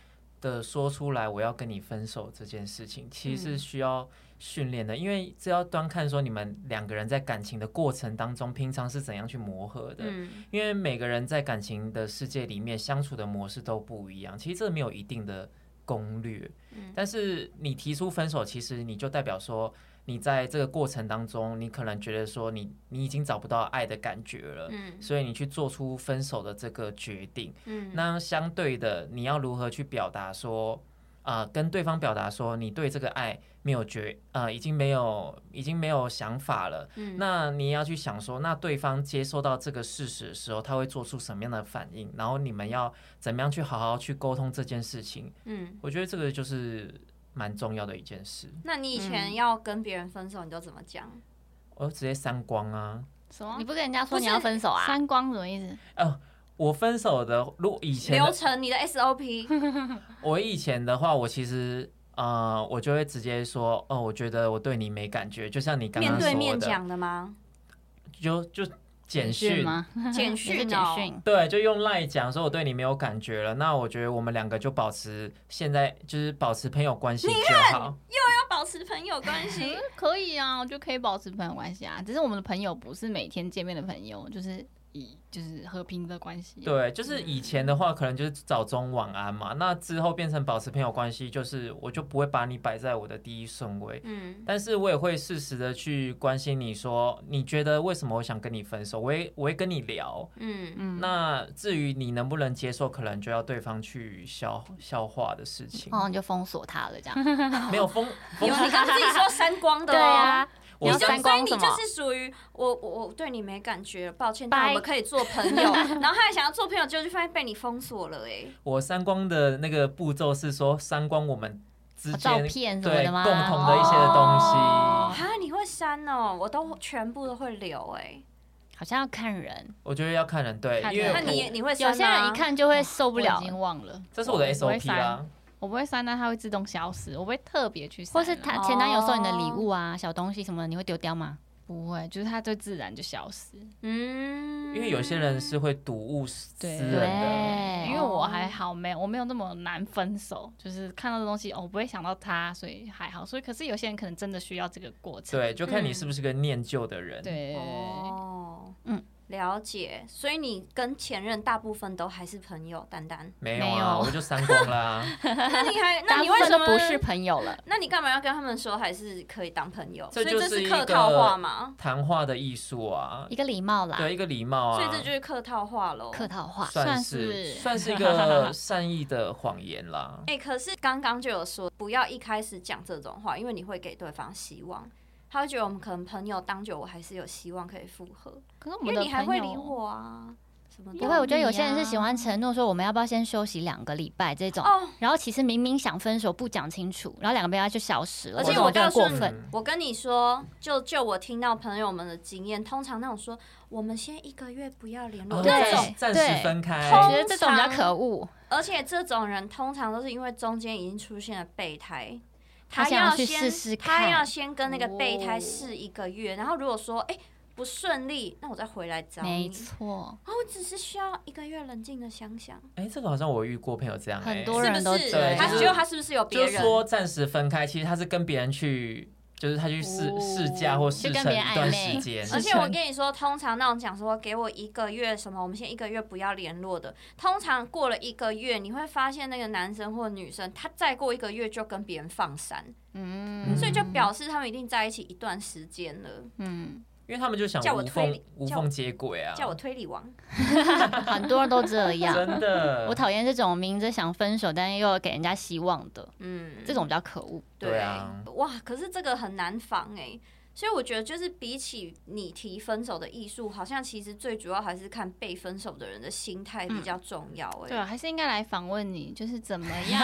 [SPEAKER 1] 的说出来我要跟你分手这件事情，其实
[SPEAKER 2] 嗯
[SPEAKER 1] 是需要训练的，因为这要端看说你们两个人在感情的过程当中，平常是怎样去磨合的。
[SPEAKER 2] 嗯
[SPEAKER 1] 因为每个人在感情的世界里面相处的模式都不一样，其实这没有一定的攻略。
[SPEAKER 2] 嗯
[SPEAKER 1] 但是你提出分手，其实你就代表说你在这个过程当中，你可能觉得说你你已经找不到爱的感觉了。
[SPEAKER 2] 嗯
[SPEAKER 1] 所以你去做出分手的这个决定，
[SPEAKER 2] 嗯
[SPEAKER 1] 那相对的，你要如何去表达说，啊，跟对方表达说你对这个爱没有觉，呃，已经没有已经没有想法了，
[SPEAKER 2] 嗯
[SPEAKER 1] 那你也要去想说，那对方接受到这个事实的时候，他会做出什么样的反应？然后你们要怎么样去好好去沟通这件事情？
[SPEAKER 2] 嗯，
[SPEAKER 1] 我觉得这个就是蛮重要的一件事。
[SPEAKER 2] 那你以前
[SPEAKER 4] 嗯
[SPEAKER 2] 要跟别人分手，你都怎么讲？
[SPEAKER 1] 我直接删光啊！
[SPEAKER 4] 什么
[SPEAKER 3] 你？不跟人家
[SPEAKER 2] 不
[SPEAKER 3] 说
[SPEAKER 2] 是
[SPEAKER 3] 你要分手啊？
[SPEAKER 4] 三光什么意思？
[SPEAKER 1] 哦我分手的，如果以前
[SPEAKER 2] 流
[SPEAKER 1] 的
[SPEAKER 2] 程，你的 SOP，
[SPEAKER 1] 我以前的话，我其实。呃，我就会直接说，哦，我觉得我对你没感觉，就像你刚
[SPEAKER 2] 面
[SPEAKER 1] 刚说
[SPEAKER 2] 对
[SPEAKER 1] 的，
[SPEAKER 2] 面讲的吗？
[SPEAKER 1] 就就简讯，
[SPEAKER 4] 吗？
[SPEAKER 2] 简
[SPEAKER 3] 也是
[SPEAKER 2] 讯
[SPEAKER 3] 简
[SPEAKER 2] 哦，
[SPEAKER 3] 讯，
[SPEAKER 1] 对，就用赖讲说我对你没有感觉了，那我觉得我们两个就保持现在就是保持朋友关系就好。
[SPEAKER 2] 要保持朋友关系
[SPEAKER 4] 嗯。可以啊，我就可以保持朋友关系啊。只是我们的朋友不是每天见面的朋友，就是以就是和平的关系。啊
[SPEAKER 1] 对，就是以前的话可能就是早中晚安嘛，那之后变成保持朋友关系，就是我就不会把你摆在我的第一顺位。
[SPEAKER 2] 嗯
[SPEAKER 1] 但是我也会适时的去关心你说，你觉得为什么我想跟你分手？我也我会跟你聊。
[SPEAKER 2] 嗯
[SPEAKER 4] 嗯，
[SPEAKER 1] 那至于你能不能接受，可能就要对方去消消化的事情。
[SPEAKER 3] 然哦后你就封锁他了，这样。
[SPEAKER 1] 没有封
[SPEAKER 2] 有
[SPEAKER 1] 封
[SPEAKER 2] 你刚自己说删光的
[SPEAKER 3] 对
[SPEAKER 2] 哦，
[SPEAKER 3] 啊，
[SPEAKER 1] 我
[SPEAKER 3] 你
[SPEAKER 2] 你就
[SPEAKER 3] 要删
[SPEAKER 2] 所以
[SPEAKER 3] 光
[SPEAKER 2] 你
[SPEAKER 3] 什
[SPEAKER 2] 就
[SPEAKER 3] 么？
[SPEAKER 2] 是属于我我我对你没感觉，抱歉，但
[SPEAKER 3] 拜
[SPEAKER 2] 我们可以做朋 友。然后他还想要做朋友，结果就发现被你封锁了哎。
[SPEAKER 1] 我删光的那个步骤是说删光我们之间
[SPEAKER 3] 照片什么
[SPEAKER 1] 对
[SPEAKER 3] 的
[SPEAKER 1] 共
[SPEAKER 3] 吗？
[SPEAKER 1] 同的一些的东西。
[SPEAKER 4] 哦
[SPEAKER 2] 啊，你会删哦，我都全部都会留哎。
[SPEAKER 3] 好像要看人，
[SPEAKER 1] 我觉得要看人，对，
[SPEAKER 4] 看
[SPEAKER 1] 因
[SPEAKER 4] 人
[SPEAKER 2] 那
[SPEAKER 1] 为
[SPEAKER 2] 你你会删
[SPEAKER 3] 有
[SPEAKER 2] 吗
[SPEAKER 3] 些人一，看就会受不了
[SPEAKER 4] 我已，经忘了。
[SPEAKER 1] 这是我的
[SPEAKER 4] 我会
[SPEAKER 1] SOP 啦。
[SPEAKER 4] 我不会删，啊但它会自动消失，我不会特别去删啊。
[SPEAKER 3] 或是他前男友送你的礼物啊、小东西什么的，你会丢掉吗？
[SPEAKER 4] 不会，就是它就自然就消失。
[SPEAKER 2] 嗯
[SPEAKER 1] 因为有些人是会睹物思
[SPEAKER 4] 对
[SPEAKER 1] 人的，
[SPEAKER 4] 因为我还好，没有我没有那么难分手，就是看到的东西哦，我不会想到他，所以还好。所以可是有些人可能真的需要这个过程。
[SPEAKER 1] 对，就看你
[SPEAKER 2] 嗯
[SPEAKER 1] 是不是个念旧的人。，
[SPEAKER 4] 对，
[SPEAKER 2] 哦，
[SPEAKER 3] 嗯
[SPEAKER 2] 嗯，了解。所以你跟前任大部分都还是朋友，丹丹。
[SPEAKER 1] 没有
[SPEAKER 3] 没
[SPEAKER 1] 啊，
[SPEAKER 3] 有
[SPEAKER 1] 我就删光啦。
[SPEAKER 2] 那你 还，那
[SPEAKER 3] 大
[SPEAKER 2] 你
[SPEAKER 3] 部
[SPEAKER 2] 为
[SPEAKER 3] 分
[SPEAKER 2] 什
[SPEAKER 3] 都
[SPEAKER 2] 么
[SPEAKER 3] 不是？朋友了。
[SPEAKER 2] 那你干嘛要跟他们说还是可以当朋友？
[SPEAKER 1] 这
[SPEAKER 2] 所以
[SPEAKER 1] 就
[SPEAKER 2] 这
[SPEAKER 1] 是一
[SPEAKER 2] 是
[SPEAKER 1] 个
[SPEAKER 2] 客套话嘛？
[SPEAKER 1] 谈话的艺术啊，
[SPEAKER 3] 一个礼貌啦，
[SPEAKER 1] 对，一个礼貌
[SPEAKER 2] 所以
[SPEAKER 1] 啊
[SPEAKER 2] 这，就是客套话喽。
[SPEAKER 3] 客套话。
[SPEAKER 1] 算
[SPEAKER 4] 算是
[SPEAKER 1] 是算是一个善意的谎言啦。
[SPEAKER 2] 哎、可是刚刚就有说，不要一开始讲这种话，因为你会给对方希望，他会觉得我们可能朋友当久，我还是有希望可以复合，
[SPEAKER 4] 可是我
[SPEAKER 2] 因为
[SPEAKER 4] 们的
[SPEAKER 2] 你还会
[SPEAKER 4] 朋
[SPEAKER 2] 理
[SPEAKER 4] 友
[SPEAKER 2] 我啊，什么的
[SPEAKER 3] 不会，我觉得有些人是喜欢承诺说我们要不要先休息两个礼拜这种，
[SPEAKER 2] 啊哦。
[SPEAKER 3] 然后其实明明想分手不讲清楚，然后两个礼拜就消失了，
[SPEAKER 2] 而且
[SPEAKER 3] 这种
[SPEAKER 2] 我
[SPEAKER 3] 就很
[SPEAKER 2] 告诉
[SPEAKER 3] 过
[SPEAKER 2] 你
[SPEAKER 3] 分。
[SPEAKER 2] 我跟你说，就就我听到朋友们的经验，通常那种说我们先一个月不要联络
[SPEAKER 1] 哦
[SPEAKER 2] 这
[SPEAKER 3] 对
[SPEAKER 2] 种，
[SPEAKER 1] 暂
[SPEAKER 3] 对
[SPEAKER 1] 时分开，
[SPEAKER 3] 我
[SPEAKER 2] 通
[SPEAKER 3] 觉得这种比较可恶，
[SPEAKER 2] 而且这种人通常都是因为中间已经出现了备胎，
[SPEAKER 3] 他
[SPEAKER 2] 要
[SPEAKER 3] 想要
[SPEAKER 2] 先
[SPEAKER 3] 去试试看哦
[SPEAKER 2] 他要先跟那个备胎试一个月，然后如果说哎、不顺利，那我再回来找
[SPEAKER 3] 没
[SPEAKER 2] 你。
[SPEAKER 3] 错，
[SPEAKER 2] 哦，我只是需要一个月冷静的想想，
[SPEAKER 1] 哎，这个好像我遇过朋友这样，哎
[SPEAKER 3] 很多人
[SPEAKER 2] 是不
[SPEAKER 3] 都
[SPEAKER 2] 是？
[SPEAKER 3] 这样
[SPEAKER 2] 他觉得他是不是有别
[SPEAKER 1] 就是
[SPEAKER 2] 人？
[SPEAKER 1] 说暂时分开，其实他是跟别人去，就是他去试
[SPEAKER 4] 哦
[SPEAKER 1] 试驾或试
[SPEAKER 3] 就跟
[SPEAKER 1] 乘
[SPEAKER 3] 别人
[SPEAKER 1] 一段
[SPEAKER 3] 暧昧
[SPEAKER 1] 时间，
[SPEAKER 2] 而且
[SPEAKER 4] 是
[SPEAKER 2] 我跟你说，通常那种讲说给我一个月什么，我们先一个月不要联络的，通常过了一个月，你会发现那个男生或女生，他再过一个月就跟别人放闪，
[SPEAKER 3] 嗯，
[SPEAKER 2] 所以就表示他们一定在一起一段时间了。
[SPEAKER 3] 嗯，
[SPEAKER 1] 因为他们就想
[SPEAKER 2] 叫我
[SPEAKER 1] 无
[SPEAKER 2] 推
[SPEAKER 1] 缝
[SPEAKER 2] 理
[SPEAKER 1] 无
[SPEAKER 2] 叫我
[SPEAKER 1] 缝接轨啊，
[SPEAKER 2] 叫我推理王，
[SPEAKER 3] 很多人都 这样。
[SPEAKER 1] 真的，
[SPEAKER 3] 啊 我讨厌这种明着想分手，但又给人家希望的，
[SPEAKER 2] 嗯，
[SPEAKER 3] 这种比较可恶。
[SPEAKER 2] 对
[SPEAKER 1] 对啊
[SPEAKER 2] 哇，可是这个很难防哎、所以我觉得，就是比起你提分手的艺术，好像其实最主要还是看被分手的人的心态比较重要哎、
[SPEAKER 4] 嗯对啊，还是应该来访问你，就是怎么 样，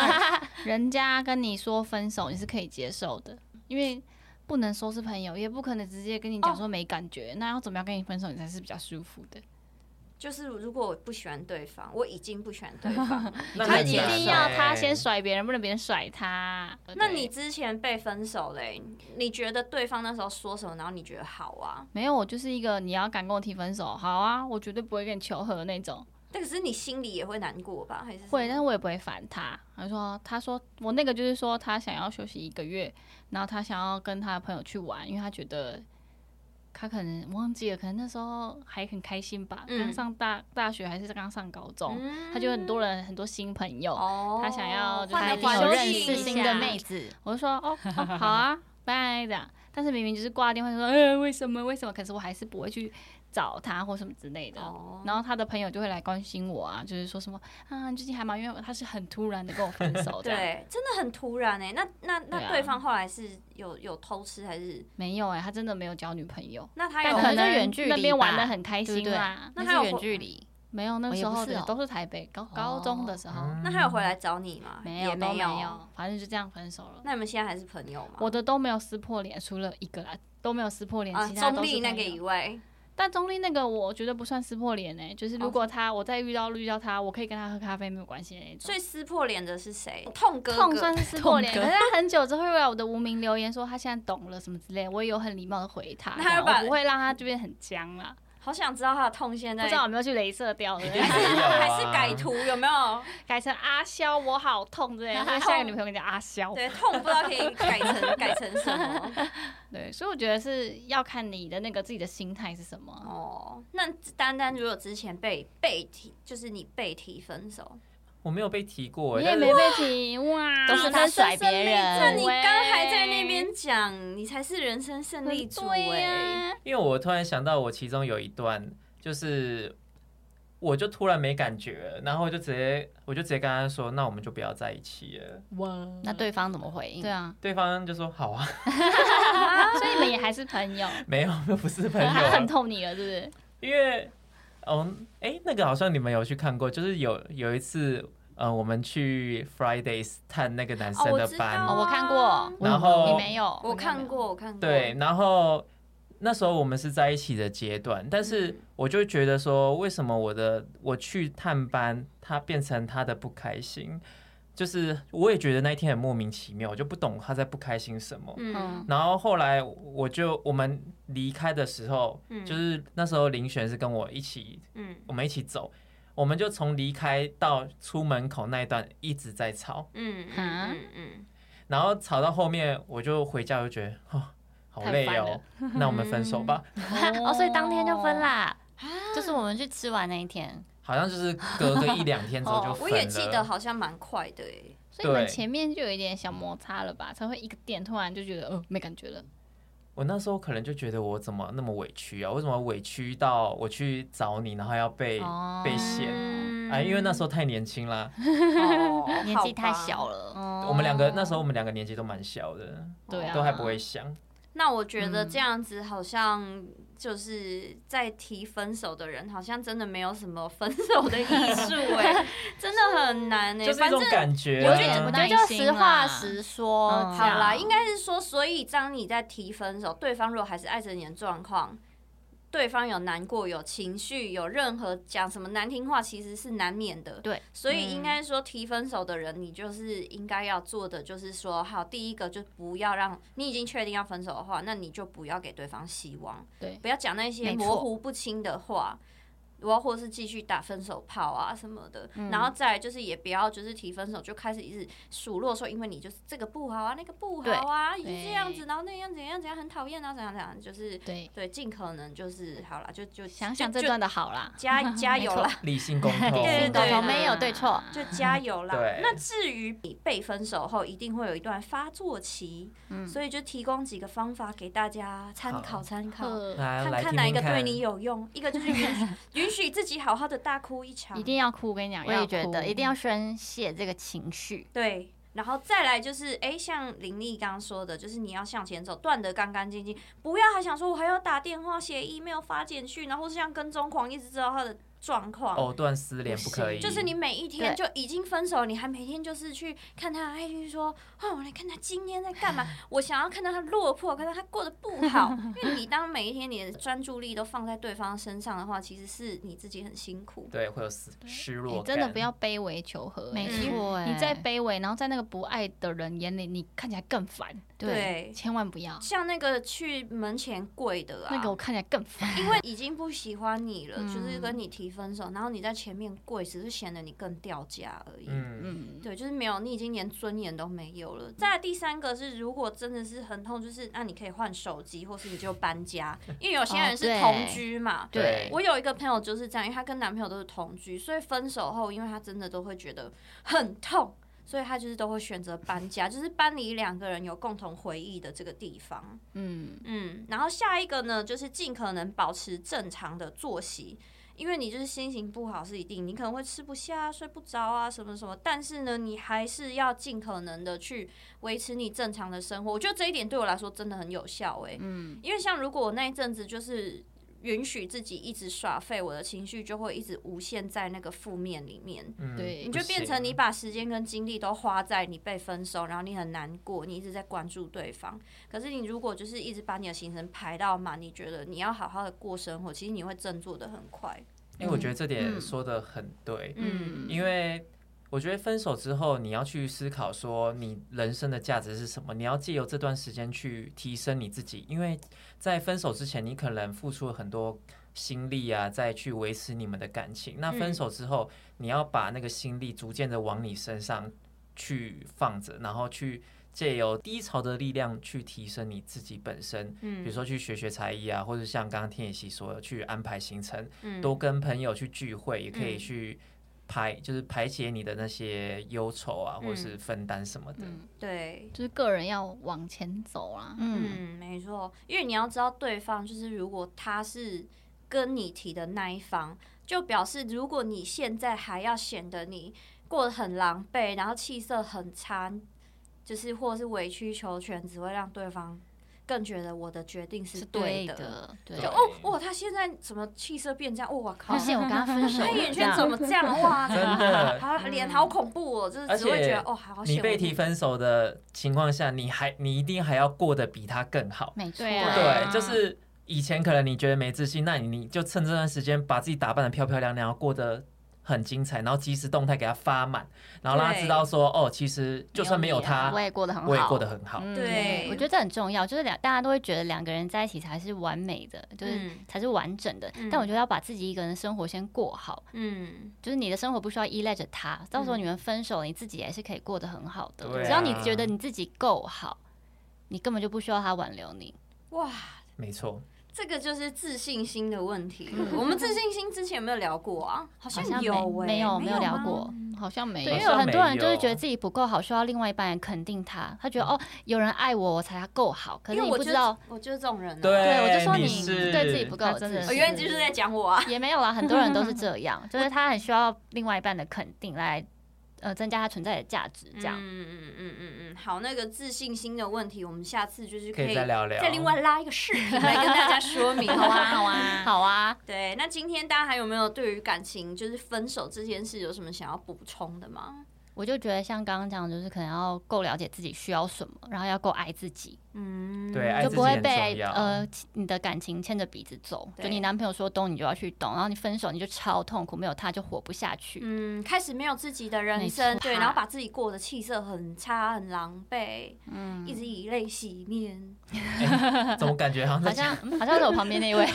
[SPEAKER 4] 人家跟你说分手，你是可以接受的，因为不能说是朋友，也不可能直接跟你讲说没感
[SPEAKER 2] 哦
[SPEAKER 4] 觉，那要怎么样跟你分手，你才是比较舒服的。
[SPEAKER 2] 就是如果我不喜欢对方，我已经不喜欢 对方了，
[SPEAKER 1] 那
[SPEAKER 4] 他
[SPEAKER 1] 很
[SPEAKER 4] 一
[SPEAKER 1] 难
[SPEAKER 4] 定要
[SPEAKER 1] 欸
[SPEAKER 4] 他先甩别人，不能别人甩他。
[SPEAKER 2] 那
[SPEAKER 4] 对
[SPEAKER 2] 你之前被分手嘞、你觉得对方那时候说什么，然后你觉得好啊？
[SPEAKER 4] 没有，我就是一个你要敢跟我提分手，好啊，我绝对不会跟你求和那种。
[SPEAKER 2] 但可是你心里也会难过吧？还是什么
[SPEAKER 4] 会，但是我也不会烦他。他说，他说我那个就是说他想要休息一个月，然后他想要跟他的朋友去玩，因为他觉得他可能忘记了，可能那时候还很开心吧，刚、
[SPEAKER 2] 嗯
[SPEAKER 4] 上大大学还是刚上高中，
[SPEAKER 2] 嗯
[SPEAKER 4] 他就很多人很多新朋友，
[SPEAKER 2] 哦，
[SPEAKER 4] 他想要就是
[SPEAKER 2] 换
[SPEAKER 3] 他
[SPEAKER 2] 个
[SPEAKER 3] 一定
[SPEAKER 2] 环
[SPEAKER 3] 有
[SPEAKER 2] 境
[SPEAKER 3] 认识
[SPEAKER 2] 一
[SPEAKER 3] 新的
[SPEAKER 2] 下
[SPEAKER 3] 妹子，
[SPEAKER 4] 我就说哦哦好 啊，拜这样。但是明明就是挂电话就说，呃、为什么为什么？可是我还是不会去找他或什么之类的。
[SPEAKER 2] 哦，
[SPEAKER 4] 然后他的朋友就会来关心我啊，就是说什么啊，你最近还忙，因为他是很突然的跟我分 手这样。
[SPEAKER 2] 对，真的很突然哎、那那
[SPEAKER 4] 对
[SPEAKER 2] 那
[SPEAKER 4] 啊
[SPEAKER 2] 对方后来是有有偷吃还是？
[SPEAKER 4] 没有哎、他真的没有交女朋友，
[SPEAKER 2] 那他
[SPEAKER 4] 但
[SPEAKER 2] 有
[SPEAKER 3] 可能就
[SPEAKER 4] 能
[SPEAKER 3] 远距离
[SPEAKER 4] 那边玩
[SPEAKER 3] 吧
[SPEAKER 4] 的很开
[SPEAKER 3] 对不
[SPEAKER 4] 心
[SPEAKER 3] 对
[SPEAKER 4] 啦。
[SPEAKER 2] 那还
[SPEAKER 3] 那是
[SPEAKER 2] 有
[SPEAKER 3] 远
[SPEAKER 2] 回
[SPEAKER 3] 距离，
[SPEAKER 4] 没有，那
[SPEAKER 3] 哦
[SPEAKER 4] 个
[SPEAKER 3] 也
[SPEAKER 4] 时
[SPEAKER 3] 不
[SPEAKER 4] 候
[SPEAKER 3] 是
[SPEAKER 4] 的
[SPEAKER 3] 哦
[SPEAKER 4] 都是台北高高中的时候，
[SPEAKER 1] 嗯
[SPEAKER 2] 那他有回来找你吗？
[SPEAKER 4] 没
[SPEAKER 2] 也
[SPEAKER 4] 有都
[SPEAKER 2] 没
[SPEAKER 4] 没。有，反正就这样分手了。
[SPEAKER 2] 那你们现在还是朋友吗？
[SPEAKER 4] 我的都没有撕破脸，除了一个啦，都没有撕破脸，
[SPEAKER 2] 啊，
[SPEAKER 4] 其他
[SPEAKER 2] 中
[SPEAKER 4] 都是
[SPEAKER 2] 立那
[SPEAKER 4] 朋
[SPEAKER 2] 个
[SPEAKER 4] 友
[SPEAKER 2] 以外，
[SPEAKER 4] 但中立那个我觉得不算撕破脸哎、就是
[SPEAKER 2] 哦
[SPEAKER 4] 如果他我再遇到遇到他，我可以跟他喝咖啡没有关系的那种。
[SPEAKER 2] 最撕破脸的是谁？痛哥
[SPEAKER 4] 痛
[SPEAKER 2] 哥
[SPEAKER 4] 算。是撕破 脸，
[SPEAKER 1] 痛
[SPEAKER 4] 可
[SPEAKER 1] 哥
[SPEAKER 4] 是他很久之后又来我的无名留言说他现在懂了什么之类，我也有很礼貌的回他，
[SPEAKER 2] 那他
[SPEAKER 4] 然
[SPEAKER 2] 有
[SPEAKER 4] 后
[SPEAKER 2] 把
[SPEAKER 4] 我不会让他这边很僵啊啦。
[SPEAKER 2] 好想知道他的痛现
[SPEAKER 4] 不
[SPEAKER 2] 在
[SPEAKER 4] 知道有没有去镭射掉的
[SPEAKER 1] 一， 定没有啊
[SPEAKER 2] 还是改图有没有？
[SPEAKER 4] 改成阿萧我好痛 之类的，所以下一个女朋友跟你讲阿萧。
[SPEAKER 2] 对，痛不知道可以改成改成什么
[SPEAKER 4] 对，所以我觉得是要看你的那个自己的心态是什么。
[SPEAKER 2] 哦。那单单如果之前被被提，就是你被提分手，
[SPEAKER 1] 我没有被提过
[SPEAKER 4] 你
[SPEAKER 1] 欸，但
[SPEAKER 4] 也没被提 哇，
[SPEAKER 3] 都是他甩别人
[SPEAKER 2] 那
[SPEAKER 4] 人
[SPEAKER 2] 你刚还在那边讲，你才是人生胜利组
[SPEAKER 4] 对
[SPEAKER 2] 哎。
[SPEAKER 4] 呀，
[SPEAKER 1] 因为我突然想到，我其中有一段就是，我就突然没感觉，然后我就直接我就直接跟他说，那我们就不要在一起了。
[SPEAKER 4] 哇，
[SPEAKER 3] 那对方怎么回应？
[SPEAKER 4] 对
[SPEAKER 2] 嗯
[SPEAKER 4] 啊，
[SPEAKER 1] 对方就说好啊，
[SPEAKER 2] 哎
[SPEAKER 4] 所以你们也还是朋友，
[SPEAKER 1] 没有， 不是朋友
[SPEAKER 4] 他
[SPEAKER 1] 啊
[SPEAKER 4] 恨，透你了，是不是？
[SPEAKER 1] 因为，嗯，哎，那个好像你们有去看过，就是有有一次，呃，我们去 Fridays 探那个男生
[SPEAKER 2] 哦，我
[SPEAKER 1] 的
[SPEAKER 2] 知道
[SPEAKER 1] 班，
[SPEAKER 2] 啊，
[SPEAKER 3] 哦我看过
[SPEAKER 1] 然后
[SPEAKER 3] 你没有，
[SPEAKER 2] 我看过，我看过。
[SPEAKER 1] 对，，然后那时候我们是在一起的阶段，但是
[SPEAKER 2] 嗯
[SPEAKER 1] 我就觉得说，为什么我的我去探班，他变成他的不开心，就是我也觉得那一天很莫名其妙，我就不懂他在不开心什么。
[SPEAKER 2] 嗯
[SPEAKER 4] 嗯
[SPEAKER 1] 然后后来我就我们离开的时候，
[SPEAKER 2] 嗯
[SPEAKER 1] 就是那时候林璇是跟我一起，
[SPEAKER 2] 嗯
[SPEAKER 1] 我们一起走，我们就从离开到出门口那一段一直在吵，
[SPEAKER 2] 嗯嗯
[SPEAKER 4] 啊
[SPEAKER 2] 嗯嗯，
[SPEAKER 1] 然后吵到后面我就回家，我就觉得哦，好累
[SPEAKER 4] 太烦
[SPEAKER 1] 哦
[SPEAKER 4] 了，
[SPEAKER 1] 那我们分手 吧。
[SPEAKER 3] 哦，所以当天就分啦，
[SPEAKER 2] 啊
[SPEAKER 3] 哦就是我们去吃完那一 天，
[SPEAKER 1] 好像就是隔个一两天之后就
[SPEAKER 2] 哦，
[SPEAKER 1] 分
[SPEAKER 2] 我
[SPEAKER 1] 了。
[SPEAKER 2] 也记得好像蛮快的欸诶。
[SPEAKER 4] 所以你们
[SPEAKER 1] 对
[SPEAKER 4] 前面就有一点小摩擦了吧，才会一个点突然就觉得呃没感觉了。
[SPEAKER 1] 我那时候可能就觉得我怎么那么委屈啊？为什么委屈到我去找你，然后要被、
[SPEAKER 4] 哦
[SPEAKER 1] 被嫌
[SPEAKER 2] 嗯
[SPEAKER 1] 啊？因为那时候太年轻啦，
[SPEAKER 2] 哦
[SPEAKER 3] 年纪太小
[SPEAKER 2] 了。
[SPEAKER 3] 了，
[SPEAKER 4] 哦
[SPEAKER 1] 我们两个那时候我们两个年纪都蛮小的，
[SPEAKER 4] 对
[SPEAKER 2] 哦
[SPEAKER 4] 啊，
[SPEAKER 1] 都还不会想。
[SPEAKER 2] 那我觉
[SPEAKER 1] 嗯
[SPEAKER 2] 得这样子好像就是在提分手的人，好像真的没有什么分手的艺 术哎，真的很难哎、
[SPEAKER 1] 就是一
[SPEAKER 2] 反
[SPEAKER 1] 种
[SPEAKER 2] 正
[SPEAKER 1] 感觉、
[SPEAKER 4] 有
[SPEAKER 1] 啊，
[SPEAKER 4] 点不
[SPEAKER 3] 我觉得就实话实说，
[SPEAKER 4] 嗯
[SPEAKER 3] 这样
[SPEAKER 2] 哦好啦，应该是说，所以当你在提分手，对方如果还是爱着你的状况，对方有难过、有情绪、有任何讲什么难听话，其实是难免的。
[SPEAKER 3] 对，
[SPEAKER 2] 所以应该说提分手的人，你就是应该要做的，就是说，好，第一个就不要让你已经确定要分手的话，那你就不要给对方希望，
[SPEAKER 4] 对
[SPEAKER 2] 不要讲那些
[SPEAKER 3] 没错
[SPEAKER 2] 模糊不清的话。然后或是继续打分手炮啊什么的，
[SPEAKER 4] 嗯
[SPEAKER 2] 然后再来就是也不要就是提分手就开始一直数落说，因为你就是这个不好啊，那个不好啊，你这样子，然后那样怎样怎样很讨厌啊，怎样怎样，就是
[SPEAKER 4] 对，
[SPEAKER 2] 对，尽可能就是好啦，就就
[SPEAKER 4] 想
[SPEAKER 2] 就
[SPEAKER 4] 想这
[SPEAKER 2] 就
[SPEAKER 4] 段的好啦，
[SPEAKER 2] 加加油啦，
[SPEAKER 1] 理性沟通，
[SPEAKER 3] 理性沟
[SPEAKER 2] 对啦
[SPEAKER 3] 通没有对错，
[SPEAKER 2] 就加油啦
[SPEAKER 1] 对。
[SPEAKER 2] 那至于你被分手后，一定会有一段发作期，
[SPEAKER 3] 嗯
[SPEAKER 4] 嗯
[SPEAKER 2] 所以就提供几个方法给大家参考
[SPEAKER 1] 好
[SPEAKER 2] 参考，
[SPEAKER 4] 呃，
[SPEAKER 1] 来
[SPEAKER 2] 看
[SPEAKER 1] 来
[SPEAKER 2] 看
[SPEAKER 1] 听
[SPEAKER 2] 哪一
[SPEAKER 1] 听
[SPEAKER 2] 个对
[SPEAKER 1] 看
[SPEAKER 2] 你有用。一个就是允 许允许自己好好的大哭一场，
[SPEAKER 4] 一定要哭，我跟你讲，
[SPEAKER 3] 我也觉
[SPEAKER 4] 哭
[SPEAKER 3] 得一定要宣泄这个情绪。
[SPEAKER 2] 对。然后再来就是，哎，像林丽刚刚说的，就是你要向前走，断得干干净净，不要还想说我还要打电话、写 email、发简讯，然后是像跟踪狂一直知道他的状况。
[SPEAKER 1] 藕断丝连不可以，
[SPEAKER 2] 就是你每一天就
[SPEAKER 3] 对
[SPEAKER 2] 已经分手了，你还每天就是去看他 IG 说，哦，我来看他今天在 干嘛，我想要看到他落魄，看到他过得不好。因为你当每一天你的专注力都放在对方身上的话，其实是你自己很辛苦。
[SPEAKER 1] 对会有失失落
[SPEAKER 2] 哎
[SPEAKER 4] 你
[SPEAKER 1] 感，
[SPEAKER 4] 真的不要卑微求和、
[SPEAKER 3] 没
[SPEAKER 4] 因为
[SPEAKER 3] 错欸
[SPEAKER 4] 你再卑微，然后在那个不爱的人眼里，你看起来更烦，
[SPEAKER 3] 对，
[SPEAKER 4] 千万不要。
[SPEAKER 2] 像那个去门前跪的啊，
[SPEAKER 4] 那个我看起来更烦，
[SPEAKER 2] 因为已经不喜欢你了，就是跟你提分手，然后你在前面跪，只是显得你更掉价而已。
[SPEAKER 1] 嗯，
[SPEAKER 4] 嗯，
[SPEAKER 2] 对，就是没有，你已经连尊严都没有了。再来第三个是，如果真的是很痛，就是那你可以换手机，或是你就搬家，因为有些
[SPEAKER 3] 哦
[SPEAKER 2] 人是
[SPEAKER 3] 对
[SPEAKER 2] 同居嘛。
[SPEAKER 1] 对
[SPEAKER 2] 我有一个朋友就是这样，因为她跟男朋友都是同居，所以分手后，因为她真的都会觉得很痛，所以她就是都会选择搬家，就是搬离两个人有共同回忆的这个地方。
[SPEAKER 4] 嗯，
[SPEAKER 2] 嗯，然后下一个呢，就是尽可能保持正常的作息，因为你就是心情不好是一定，你可能会吃不下、睡不着啊，什么什么。但是呢，你还是要尽可能的去维持你正常的生活。我觉得这一点对我来说真的很有效诶、嗯，因为像如果我那一阵子就是。允许自己一直耍废，我的情绪就会一直无限在那个负面里面。
[SPEAKER 1] 嗯
[SPEAKER 4] 对
[SPEAKER 2] 你
[SPEAKER 1] 不
[SPEAKER 2] 就变
[SPEAKER 1] 行
[SPEAKER 2] 成你把时间跟精力都花在你被分手，然后你很难过，你一直在关注对方。可是你如果就是一直把你的行程排到满，你觉得你要好好的过生活，其实你会振作的很快。
[SPEAKER 1] 因为我觉得这点说的很对，
[SPEAKER 2] 嗯
[SPEAKER 1] 因为我觉得分手之后，你要去思考说你人生的价值是什么，你要借由这段时间去提升你自己，因为在分手之前，你可能付出了很多心力啊，再去维持你们的感情。那
[SPEAKER 2] 嗯
[SPEAKER 1] 分手之后，你要把那个心力逐渐的往你身上去放着，然后去。借由低潮的力量去提升你自己本身，
[SPEAKER 2] 嗯
[SPEAKER 1] 比如说去学学才艺啊，或者像刚刚天野希说的，去安排行程，
[SPEAKER 2] 嗯
[SPEAKER 1] 多跟朋友去聚会，也可以
[SPEAKER 2] 嗯
[SPEAKER 1] 去排，就是排解你的那些忧愁啊，或者是分担什么的。
[SPEAKER 2] 嗯对，
[SPEAKER 4] 就是个人要往前走啦。
[SPEAKER 3] 嗯，
[SPEAKER 2] 嗯，没错，因为你要知道对方就是如果他是跟你提的那一方，就表示如果你现在还要显得你过得很狼狈，然后气色很差，就是或是委曲求全，只会让对方更觉得我的决定
[SPEAKER 3] 是
[SPEAKER 2] 是
[SPEAKER 3] 对
[SPEAKER 2] 的。
[SPEAKER 3] 的，对啊
[SPEAKER 2] 就
[SPEAKER 1] 对。
[SPEAKER 2] 哦哇，他现在怎么气色变这样？哦我靠
[SPEAKER 3] 发！现我跟他分手
[SPEAKER 2] 他
[SPEAKER 3] 了，
[SPEAKER 2] 眼
[SPEAKER 3] 这
[SPEAKER 2] 圈
[SPEAKER 3] 样
[SPEAKER 2] 怎么这样？ 哇，
[SPEAKER 1] 真的
[SPEAKER 2] 好脸好恐怖哦！就是
[SPEAKER 1] 而
[SPEAKER 2] 只会觉
[SPEAKER 1] 且
[SPEAKER 2] 得哦，好险
[SPEAKER 1] 你
[SPEAKER 2] 我
[SPEAKER 1] 被
[SPEAKER 2] 没
[SPEAKER 1] 提分手的情况下，你还你一定还要过得比他更好。
[SPEAKER 3] 没错，
[SPEAKER 4] 对啊
[SPEAKER 1] 对，就是以前可能你觉得没自信，那你你就趁这段时间把自己打扮的漂漂亮亮，然后过得。很精彩，然后即时动态给他发满，然后让他知道说，哦，其实就算没有他，
[SPEAKER 3] 啊我也过得很好，
[SPEAKER 1] 我也过得很好。
[SPEAKER 4] 嗯
[SPEAKER 2] 对
[SPEAKER 3] 我觉得这很重要，就是两大家都会觉得两个人在一起才是完美的，就是
[SPEAKER 2] 嗯
[SPEAKER 3] 才是完整的。
[SPEAKER 2] 嗯
[SPEAKER 3] 但我觉得要把自己一个人生活先过好，
[SPEAKER 2] 嗯
[SPEAKER 3] 就是你的生活不需要依赖着他， 到时候你们分手，你自己也是可以过得很好 的。
[SPEAKER 1] 对啊
[SPEAKER 3] 只要你觉得你自己够好，你根本就不需要他挽留你。
[SPEAKER 2] 哇，
[SPEAKER 1] 没错，
[SPEAKER 2] 这个就是自信心的问 题了。我们自信心之前有没有聊过啊？好
[SPEAKER 3] 好像
[SPEAKER 2] 像有诶、
[SPEAKER 3] 没有
[SPEAKER 2] 没
[SPEAKER 3] 有聊
[SPEAKER 2] 吗。
[SPEAKER 3] 过，
[SPEAKER 4] 好像没
[SPEAKER 3] 对，啊
[SPEAKER 4] 有
[SPEAKER 3] 因
[SPEAKER 1] 好，
[SPEAKER 3] 为有
[SPEAKER 1] 像
[SPEAKER 3] 很多人就是
[SPEAKER 1] 没有
[SPEAKER 3] 觉得自己不够好，需要另外一半人肯定他，他
[SPEAKER 1] 嗯
[SPEAKER 3] 觉得哦，有人爱我，我才够好，可
[SPEAKER 2] 因
[SPEAKER 3] 是
[SPEAKER 2] 为
[SPEAKER 3] 你
[SPEAKER 2] 我
[SPEAKER 3] 不
[SPEAKER 2] 就
[SPEAKER 3] 知道，
[SPEAKER 2] 我就是这种人、啊。
[SPEAKER 1] 对
[SPEAKER 3] 对我就说
[SPEAKER 1] 哎你
[SPEAKER 3] 你
[SPEAKER 1] 是
[SPEAKER 3] 对自己不够
[SPEAKER 4] 他
[SPEAKER 3] 有
[SPEAKER 4] 真
[SPEAKER 3] 自
[SPEAKER 4] 的
[SPEAKER 3] 信
[SPEAKER 2] 我
[SPEAKER 4] 是
[SPEAKER 2] 原来就是在讲我啊。
[SPEAKER 3] 也没有啦，很多人都是 这样，就是他很需要另外一半的肯定来呃增加他存在的价值，这样。
[SPEAKER 2] 嗯嗯嗯嗯嗯，好，那个自信心的问题，我们下次就是
[SPEAKER 1] 可
[SPEAKER 2] 以
[SPEAKER 1] 以再聊聊。
[SPEAKER 2] 再另外拉一个视频来跟大家说 明，好 啊，好啊。
[SPEAKER 3] 好啊，
[SPEAKER 2] 对，那今天大家还有没有对于感情就是分手这件事有什么想要补充的吗？
[SPEAKER 3] 我我就觉得像刚刚讲，的，就是可能要够了解自己需要什么，然后要够爱自己，
[SPEAKER 2] 嗯，
[SPEAKER 1] 对爱
[SPEAKER 3] 就
[SPEAKER 1] 自
[SPEAKER 3] 不
[SPEAKER 1] 己
[SPEAKER 3] 会
[SPEAKER 1] 很重
[SPEAKER 3] 被
[SPEAKER 1] 要
[SPEAKER 3] 呃你的感情牵着鼻子走。就
[SPEAKER 2] 对
[SPEAKER 3] 你男朋友说动你就要去动，然后你分手你就超痛苦，没有他就活不下去。
[SPEAKER 2] 嗯，开始没有自己的人
[SPEAKER 3] 没
[SPEAKER 2] 生，
[SPEAKER 3] 错
[SPEAKER 2] 对，然后把自己过得气色很差，很狼狈，嗯，一直以泪洗面。
[SPEAKER 1] 怎么感觉好像
[SPEAKER 3] 好
[SPEAKER 1] 在讲
[SPEAKER 3] 像嗯好像是我旁边 那一位，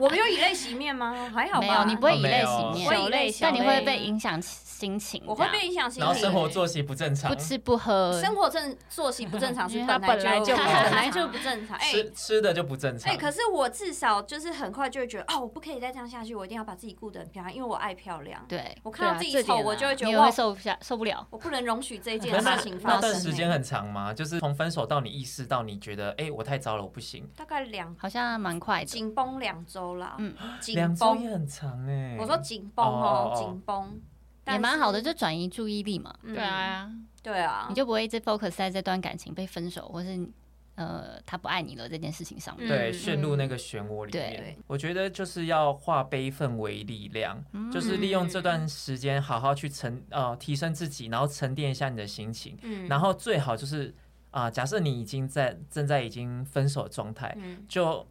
[SPEAKER 2] 我没有以泪洗面吗？ 还好吧，
[SPEAKER 3] 没有，你不会
[SPEAKER 1] 哦
[SPEAKER 3] 以
[SPEAKER 1] 没
[SPEAKER 3] 泪
[SPEAKER 1] 有
[SPEAKER 3] 洗
[SPEAKER 1] 我
[SPEAKER 3] 面，
[SPEAKER 2] 会以泪洗
[SPEAKER 3] 但你会
[SPEAKER 2] 面
[SPEAKER 3] 被影响心情，
[SPEAKER 2] 我
[SPEAKER 3] 这
[SPEAKER 2] 会
[SPEAKER 3] 样
[SPEAKER 2] 被影响心
[SPEAKER 1] 然后
[SPEAKER 2] 情，
[SPEAKER 1] 生活作息不正常
[SPEAKER 3] 不，吃不喝，
[SPEAKER 2] 嗯生活正作息不正常是
[SPEAKER 4] 因为他
[SPEAKER 2] 本来
[SPEAKER 4] 本来
[SPEAKER 2] 本
[SPEAKER 4] 就不
[SPEAKER 1] 正常
[SPEAKER 2] 来就不 正常，哎。
[SPEAKER 1] 吃吃的就不正
[SPEAKER 2] 哎、
[SPEAKER 1] 常。
[SPEAKER 2] 可是我至少就是很快就会觉得，哦，我不可以再这样下去，我一定要把自己顾得很漂亮，因为我爱漂亮。
[SPEAKER 3] 对，
[SPEAKER 2] 我看到
[SPEAKER 4] 对啊
[SPEAKER 2] 自己
[SPEAKER 4] 这
[SPEAKER 2] 丑，
[SPEAKER 4] 点
[SPEAKER 2] 我
[SPEAKER 4] 啊
[SPEAKER 2] 就会觉
[SPEAKER 3] 你
[SPEAKER 2] 得
[SPEAKER 3] 也会
[SPEAKER 2] 哇，
[SPEAKER 3] 受不下受不了。
[SPEAKER 2] 我不能容许这件
[SPEAKER 1] 可
[SPEAKER 2] 事
[SPEAKER 1] 是
[SPEAKER 2] 情
[SPEAKER 1] 那
[SPEAKER 2] 发生、
[SPEAKER 1] 段
[SPEAKER 2] 欸。
[SPEAKER 1] 时间很长吗？就是从分手到你意识到你觉得，哎、我太糟了，我不行。
[SPEAKER 2] 大概两
[SPEAKER 3] 好像蛮快的，
[SPEAKER 2] 紧绷两周啦，
[SPEAKER 3] 嗯
[SPEAKER 1] 两
[SPEAKER 2] 紧
[SPEAKER 1] 周也
[SPEAKER 2] 绷。
[SPEAKER 1] 很长哎、
[SPEAKER 2] 我说紧绷
[SPEAKER 1] 哦
[SPEAKER 2] 哦
[SPEAKER 1] 哦，哦
[SPEAKER 2] 紧绷
[SPEAKER 3] 也蛮好的，就
[SPEAKER 2] 但是
[SPEAKER 3] 转移注意力嘛，
[SPEAKER 2] 嗯
[SPEAKER 4] 对啊，
[SPEAKER 2] 对啊，
[SPEAKER 3] 你就不会一直 focus 在这段感情被分手，或是呃他不爱你了这件事情上面。
[SPEAKER 1] 对，
[SPEAKER 2] 嗯
[SPEAKER 1] 陷入那个漩涡里面
[SPEAKER 3] 对。
[SPEAKER 1] 我觉得就是要化悲愤为力量，就是利用这
[SPEAKER 2] 嗯
[SPEAKER 1] 段时间好好去沉呃提升自己，然后沉淀一下你的心情，
[SPEAKER 2] 嗯，
[SPEAKER 1] 然后最好就是啊、假设你已经在正在已经分手的状态，
[SPEAKER 2] 嗯
[SPEAKER 1] 就。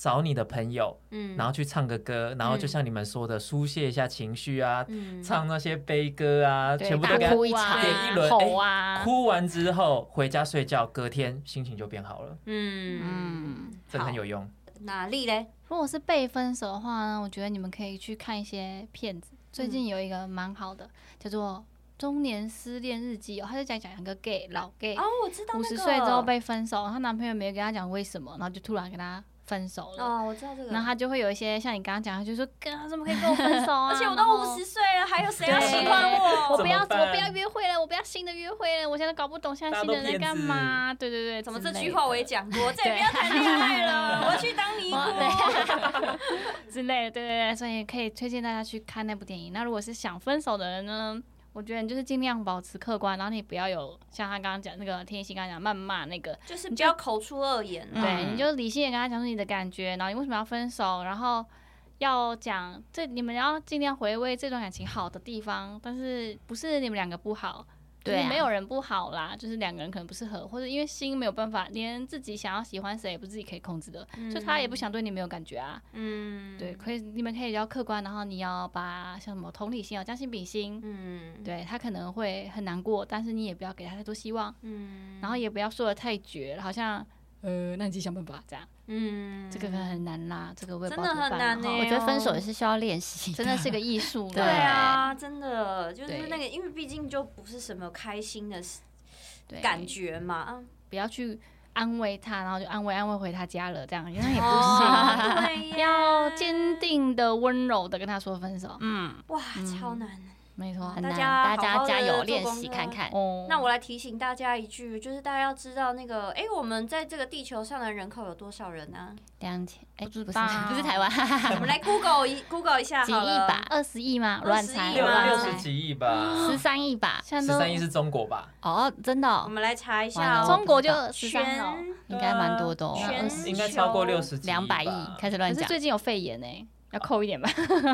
[SPEAKER 1] 找你的朋友，
[SPEAKER 2] 嗯，
[SPEAKER 1] 然后去唱个歌，然后就像你们说的，抒泄一下情绪啊，
[SPEAKER 2] 嗯
[SPEAKER 1] 唱那些悲歌啊，
[SPEAKER 4] 对
[SPEAKER 1] 全部
[SPEAKER 4] 大
[SPEAKER 1] 都给
[SPEAKER 4] 家
[SPEAKER 1] 他
[SPEAKER 3] 哭一
[SPEAKER 4] 啊
[SPEAKER 3] 场
[SPEAKER 1] 点一轮
[SPEAKER 4] 吼啊，
[SPEAKER 1] 哭完之后回家睡觉，隔天心情就变好了，
[SPEAKER 2] 嗯嗯，
[SPEAKER 1] 这个很有用。
[SPEAKER 2] 好哪里嘞？
[SPEAKER 4] 如果是被分手的话呢，我觉得你们可以去看一些片子。最近有一个蛮好的，叫做《中年失恋日记》哦，他就讲讲一个 gay 老 gay，
[SPEAKER 2] 哦，我知道
[SPEAKER 4] 五
[SPEAKER 2] 那
[SPEAKER 4] 十
[SPEAKER 2] 个
[SPEAKER 4] 岁之后被分手，她男朋友没有跟她讲为什么，然后就突然跟她分手了。
[SPEAKER 2] 哦，我知道这个，
[SPEAKER 4] 然后她就会有一些像你刚刚讲，她就说：“哥，他怎么可以跟我分手 啊？
[SPEAKER 2] 而且我
[SPEAKER 4] 然
[SPEAKER 2] 都
[SPEAKER 4] 后
[SPEAKER 2] 五十岁了，还有谁要
[SPEAKER 4] 对
[SPEAKER 2] 喜欢
[SPEAKER 4] 我
[SPEAKER 2] 我？
[SPEAKER 1] 怎
[SPEAKER 4] 不
[SPEAKER 1] 么
[SPEAKER 4] 要，我
[SPEAKER 1] 办
[SPEAKER 4] 不要约会了，我不要新的约会了，我现在都搞不懂现在
[SPEAKER 1] 大家
[SPEAKER 4] 新
[SPEAKER 1] 都
[SPEAKER 4] 的人在
[SPEAKER 1] 骗
[SPEAKER 4] 干
[SPEAKER 1] 子
[SPEAKER 4] 嘛。”对对对，
[SPEAKER 2] 怎么
[SPEAKER 4] 之
[SPEAKER 2] 这
[SPEAKER 4] 类
[SPEAKER 2] 句话我也
[SPEAKER 4] 的
[SPEAKER 2] 讲过？再也不要谈恋爱了， 我要去当尼
[SPEAKER 3] 哎
[SPEAKER 2] 姑。
[SPEAKER 3] 啊
[SPEAKER 4] 之类的，对对对，所以可以推荐大家去看那部电影。那如果是想分手的人呢，我觉得你就是尽量保持客观，然后你不要有像他刚刚讲那个天心刚刚讲谩骂那个，
[SPEAKER 2] 就是不要口出恶言啊。
[SPEAKER 4] 对，你就理性的跟他讲出你的感觉，然后你为什么要分手，然后要讲这你们要尽量回味这段感情好的地方，但是不是你们两个不好。就是
[SPEAKER 3] 对啊
[SPEAKER 4] 没有人不好啦，就是两个人可能不适合，或者因为心没有办法，连自己想要喜欢谁也不是自己可以控制的，所以他也不想对你没有感觉啊。
[SPEAKER 2] 嗯，
[SPEAKER 4] 对，可以，你们可以比较客观，然后你要把像什么同理心啊、将心比心，
[SPEAKER 2] 嗯，
[SPEAKER 4] 对他可能会很难过，但是你也不要给他太多希望，
[SPEAKER 2] 嗯，
[SPEAKER 4] 然后也不要说的太绝，好像呃，那你自己想办法这样，
[SPEAKER 2] 嗯，
[SPEAKER 4] 这个可能很难啦，这个我也不知
[SPEAKER 2] 真
[SPEAKER 4] 道
[SPEAKER 2] 的
[SPEAKER 4] 怎么
[SPEAKER 2] 很
[SPEAKER 4] 办啊
[SPEAKER 2] 难
[SPEAKER 4] 哈
[SPEAKER 2] 欸
[SPEAKER 3] 我觉得分手也是需要练习，
[SPEAKER 4] 真的是个 艺术啦，
[SPEAKER 3] 对
[SPEAKER 2] 对啊，真的就是
[SPEAKER 4] 对
[SPEAKER 2] 那个，因为毕竟就不是什么开心的事
[SPEAKER 4] 对
[SPEAKER 2] 感，觉嘛，啊
[SPEAKER 4] 不要去安慰他，然后就安慰安慰回他家了，这样那也不
[SPEAKER 2] 哦，对
[SPEAKER 4] 行，
[SPEAKER 2] 呀，
[SPEAKER 4] 要坚定的、温柔的跟他说分手，
[SPEAKER 3] 嗯，
[SPEAKER 2] 哇，超难。
[SPEAKER 4] 没错
[SPEAKER 3] 很
[SPEAKER 2] 大
[SPEAKER 3] 难，
[SPEAKER 2] 家好
[SPEAKER 3] 大家
[SPEAKER 2] 好地
[SPEAKER 3] 加油
[SPEAKER 2] 做
[SPEAKER 3] 练
[SPEAKER 2] 功
[SPEAKER 3] 习
[SPEAKER 2] 课
[SPEAKER 3] 看看。
[SPEAKER 4] 哦，
[SPEAKER 2] 那我来提醒大家一句，就是大家要知道那个，哎，我们在这个地球上的人口有多少人啊？
[SPEAKER 3] 两千，哎，不是不
[SPEAKER 4] 道啊
[SPEAKER 3] 是台湾，
[SPEAKER 2] 我们来 Google 一 Google 一下
[SPEAKER 3] 几
[SPEAKER 2] 好了，
[SPEAKER 3] 亿吧，
[SPEAKER 4] 二十亿吗？
[SPEAKER 2] 20
[SPEAKER 4] 乱猜，
[SPEAKER 3] 啊
[SPEAKER 2] 亿
[SPEAKER 1] 六
[SPEAKER 2] 吗
[SPEAKER 4] 乱
[SPEAKER 1] 六
[SPEAKER 4] 猜
[SPEAKER 1] 十几亿吧，
[SPEAKER 3] 十三亿吧，
[SPEAKER 4] 现
[SPEAKER 1] 十
[SPEAKER 4] 在都
[SPEAKER 1] 三亿是中国吧？
[SPEAKER 3] 哦，真的
[SPEAKER 2] 我
[SPEAKER 3] 哦，
[SPEAKER 2] 们来查一
[SPEAKER 3] 完
[SPEAKER 2] 下
[SPEAKER 3] 了
[SPEAKER 2] 哦，
[SPEAKER 4] 中国就
[SPEAKER 2] 全
[SPEAKER 4] 13了，
[SPEAKER 3] 应该蛮多的哦，
[SPEAKER 2] 啊全
[SPEAKER 3] 二十
[SPEAKER 1] 啊应该超过六十
[SPEAKER 3] 两百亿开始乱
[SPEAKER 4] 可是
[SPEAKER 3] 讲，
[SPEAKER 4] 最近有肺炎呢、欸
[SPEAKER 1] 哦
[SPEAKER 4] 要扣一点吧。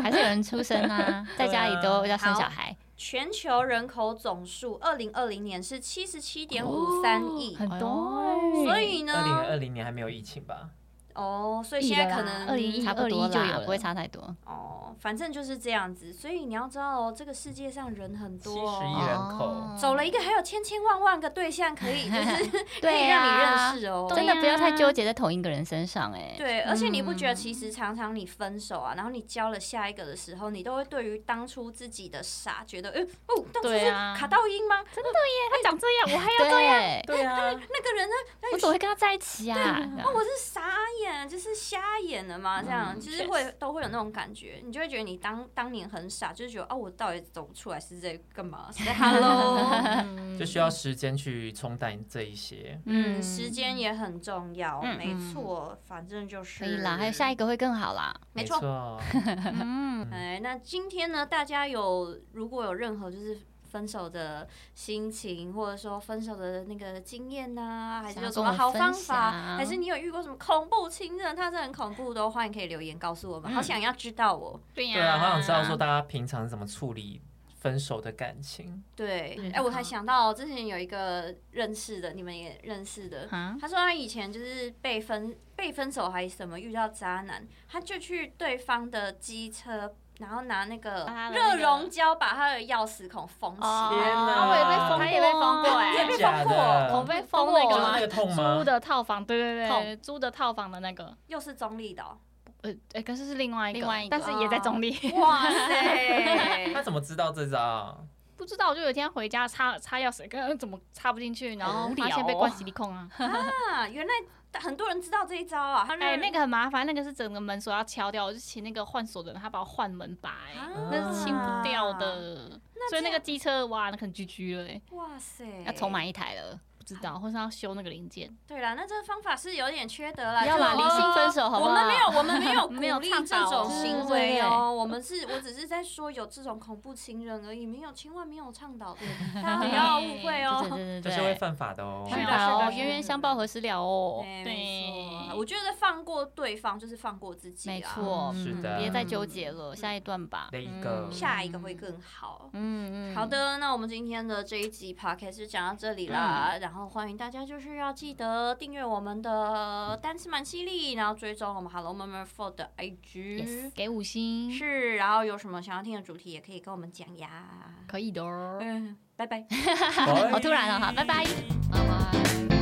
[SPEAKER 3] 还是有人出生 啊，在家里都要
[SPEAKER 2] 啊
[SPEAKER 3] 生小孩，
[SPEAKER 2] 全球人口总数，二零二零年是七十七点
[SPEAKER 3] 哦
[SPEAKER 2] 五三亿，
[SPEAKER 4] 哦很多
[SPEAKER 3] 哎呦
[SPEAKER 1] 二
[SPEAKER 2] 所以
[SPEAKER 1] 零
[SPEAKER 2] 呢，
[SPEAKER 1] 二零年还没有疫情吧？
[SPEAKER 2] 哦，所以现在可
[SPEAKER 4] 二零一
[SPEAKER 2] 能
[SPEAKER 3] 差不多
[SPEAKER 4] 21就有
[SPEAKER 3] 啦，
[SPEAKER 4] 了
[SPEAKER 3] 不会差太多。
[SPEAKER 2] 哦，反正就是这样子，所以你要知道哦，这个世界上人很
[SPEAKER 1] 七
[SPEAKER 2] 多、
[SPEAKER 1] 十亿
[SPEAKER 2] 哦。
[SPEAKER 1] 人口，
[SPEAKER 3] 哦
[SPEAKER 2] 走了一个，还有千千万万个对象可以，就是 可以
[SPEAKER 3] 对
[SPEAKER 2] 让
[SPEAKER 3] 啊
[SPEAKER 2] 你认识哦。
[SPEAKER 3] 真的不要太纠结在同一个人身上，哎，
[SPEAKER 2] 对，而且你不觉得其实常常你分手啊，然后你交了下一个的时候，你都会对于当初自己的傻觉得，哎、哦，当初
[SPEAKER 4] 对
[SPEAKER 2] 是
[SPEAKER 4] 啊
[SPEAKER 2] 卡到音吗？
[SPEAKER 4] 他长这样，我还
[SPEAKER 3] 对，
[SPEAKER 1] 对啊，
[SPEAKER 2] 那个人呢？
[SPEAKER 3] 我怎么会跟他在一起啊？
[SPEAKER 2] 哦，我是傻眼，就是瞎眼了嘛，这样、
[SPEAKER 4] 嗯
[SPEAKER 2] 就
[SPEAKER 4] 确
[SPEAKER 2] 是
[SPEAKER 4] 实
[SPEAKER 2] 会都会有那种感觉，你就会觉得你当当年很傻，就是觉得哦，我到底走不出来是在干嘛？ 是在 hello，
[SPEAKER 4] 要
[SPEAKER 1] 就需要时间去冲淡这一些。
[SPEAKER 2] 嗯，时间也很重要，
[SPEAKER 3] 嗯
[SPEAKER 2] 没错，反正就是
[SPEAKER 3] 可以啦，还有下一个会更好啦。
[SPEAKER 2] 没错。
[SPEAKER 1] 错，
[SPEAKER 4] 嗯，
[SPEAKER 2] 哎，那今天呢，大家有如果有任何就是。分手的心情，或者说分手的那个经验呐、还是有什么好方
[SPEAKER 3] 想要跟我们分
[SPEAKER 2] 法，
[SPEAKER 3] 享
[SPEAKER 2] 还是你有遇过什么恐怖情人，他是很恐怖的哦，欢迎可以留言告诉我们，好想要知道哦。
[SPEAKER 4] 对呀
[SPEAKER 1] 对啊，好想知道说大家平常怎么处理分手的感情。
[SPEAKER 2] 对，哎、
[SPEAKER 4] 嗯
[SPEAKER 2] 我还
[SPEAKER 4] 好
[SPEAKER 2] 想到之前有一个认识的，你们也认识的，
[SPEAKER 4] 啊，
[SPEAKER 2] 他说他以前就是被分被分手还是什么，遇到渣男，他就去对方的机车，然后拿那个
[SPEAKER 4] 把他的
[SPEAKER 2] 热
[SPEAKER 4] 那个
[SPEAKER 2] 熔胶把他的钥匙孔封起来。
[SPEAKER 1] 哪
[SPEAKER 4] 我也被封过，
[SPEAKER 1] 他
[SPEAKER 3] 也被封过
[SPEAKER 4] 哎
[SPEAKER 3] 哎
[SPEAKER 2] 被
[SPEAKER 1] 假
[SPEAKER 2] 封
[SPEAKER 1] 的
[SPEAKER 2] 过
[SPEAKER 4] 我被封那
[SPEAKER 1] 就
[SPEAKER 4] 个
[SPEAKER 1] 是
[SPEAKER 4] 吗
[SPEAKER 1] 那个痛吗
[SPEAKER 4] 租？的套房，对对对，
[SPEAKER 3] 痛
[SPEAKER 4] 租的套房的那个，
[SPEAKER 2] 又是中立的 哦、
[SPEAKER 4] 呃，哎，可是是另外一个，
[SPEAKER 3] 另外一个
[SPEAKER 4] 但是也在
[SPEAKER 2] 啊
[SPEAKER 4] 中立。
[SPEAKER 2] 哇塞
[SPEAKER 1] 他怎么知道这招啊？
[SPEAKER 4] 不知道，我就有一天回家插插钥匙，跟怎么插不进去，然
[SPEAKER 3] 好
[SPEAKER 4] 后
[SPEAKER 3] 无
[SPEAKER 4] 发现被
[SPEAKER 3] 聊哦
[SPEAKER 4] 灌洗力控啊！
[SPEAKER 2] 啊！原来很多人知道这一招啊，他
[SPEAKER 4] 哎、那个很麻烦，那个是整个门锁要敲掉，我就请那个换锁的人，他把我换门把、哎、
[SPEAKER 2] 啊
[SPEAKER 4] 那是清不掉的。所
[SPEAKER 2] 这
[SPEAKER 4] 以那个
[SPEAKER 2] 样
[SPEAKER 4] 机车哇，那可能 GG 了、哎，
[SPEAKER 2] 哇塞，
[SPEAKER 3] 要重买一台了，
[SPEAKER 4] 不知道，或是要修那个零件。
[SPEAKER 2] 对啦，那这个方法是有点缺德啦。
[SPEAKER 3] 要啦
[SPEAKER 2] 就
[SPEAKER 3] 理性分手好不
[SPEAKER 2] 啊
[SPEAKER 3] 好
[SPEAKER 2] 我们没有，我们没 有
[SPEAKER 4] 没有
[SPEAKER 2] 鼓励
[SPEAKER 4] 倡
[SPEAKER 2] 这
[SPEAKER 4] 导
[SPEAKER 2] 种
[SPEAKER 4] 哦
[SPEAKER 2] 行为哦。
[SPEAKER 3] 对
[SPEAKER 2] 我们是，我只是在说有这种恐怖情人而已，没有，千万没有倡导的，大家不要误会
[SPEAKER 3] 对
[SPEAKER 2] 哦。
[SPEAKER 3] 对对
[SPEAKER 1] 这是会
[SPEAKER 3] 对，
[SPEAKER 1] 犯法的哦。
[SPEAKER 2] 是的
[SPEAKER 3] 好
[SPEAKER 2] 是的
[SPEAKER 3] 哦，
[SPEAKER 2] 是的
[SPEAKER 3] 冤冤相报何时了哦，
[SPEAKER 2] 哎没
[SPEAKER 4] 对
[SPEAKER 2] 错，我觉得放过对方就是放过自己啊
[SPEAKER 3] 没
[SPEAKER 2] 啦。
[SPEAKER 3] 错，
[SPEAKER 1] 是
[SPEAKER 3] 嗯
[SPEAKER 1] 的
[SPEAKER 3] 别 再纠结了，下一段吧，
[SPEAKER 1] 另一个
[SPEAKER 2] 嗯下一个会更好。
[SPEAKER 3] 嗯嗯，
[SPEAKER 2] 好，的，那我们今天的这一集 podcast 就讲到这里啦。
[SPEAKER 3] 嗯
[SPEAKER 2] 然后欢迎大家就是要记得订阅我们的单词满犀利，然后追踪我们 Hello Murmur Four 的 IG。
[SPEAKER 4] Yes，给五星
[SPEAKER 2] 是，然后有什么想要听的主题也可以跟我们讲呀。
[SPEAKER 4] 可以的哦。
[SPEAKER 2] 嗯，拜拜。
[SPEAKER 1] 好
[SPEAKER 3] 好突然哦，好，拜拜，拜拜。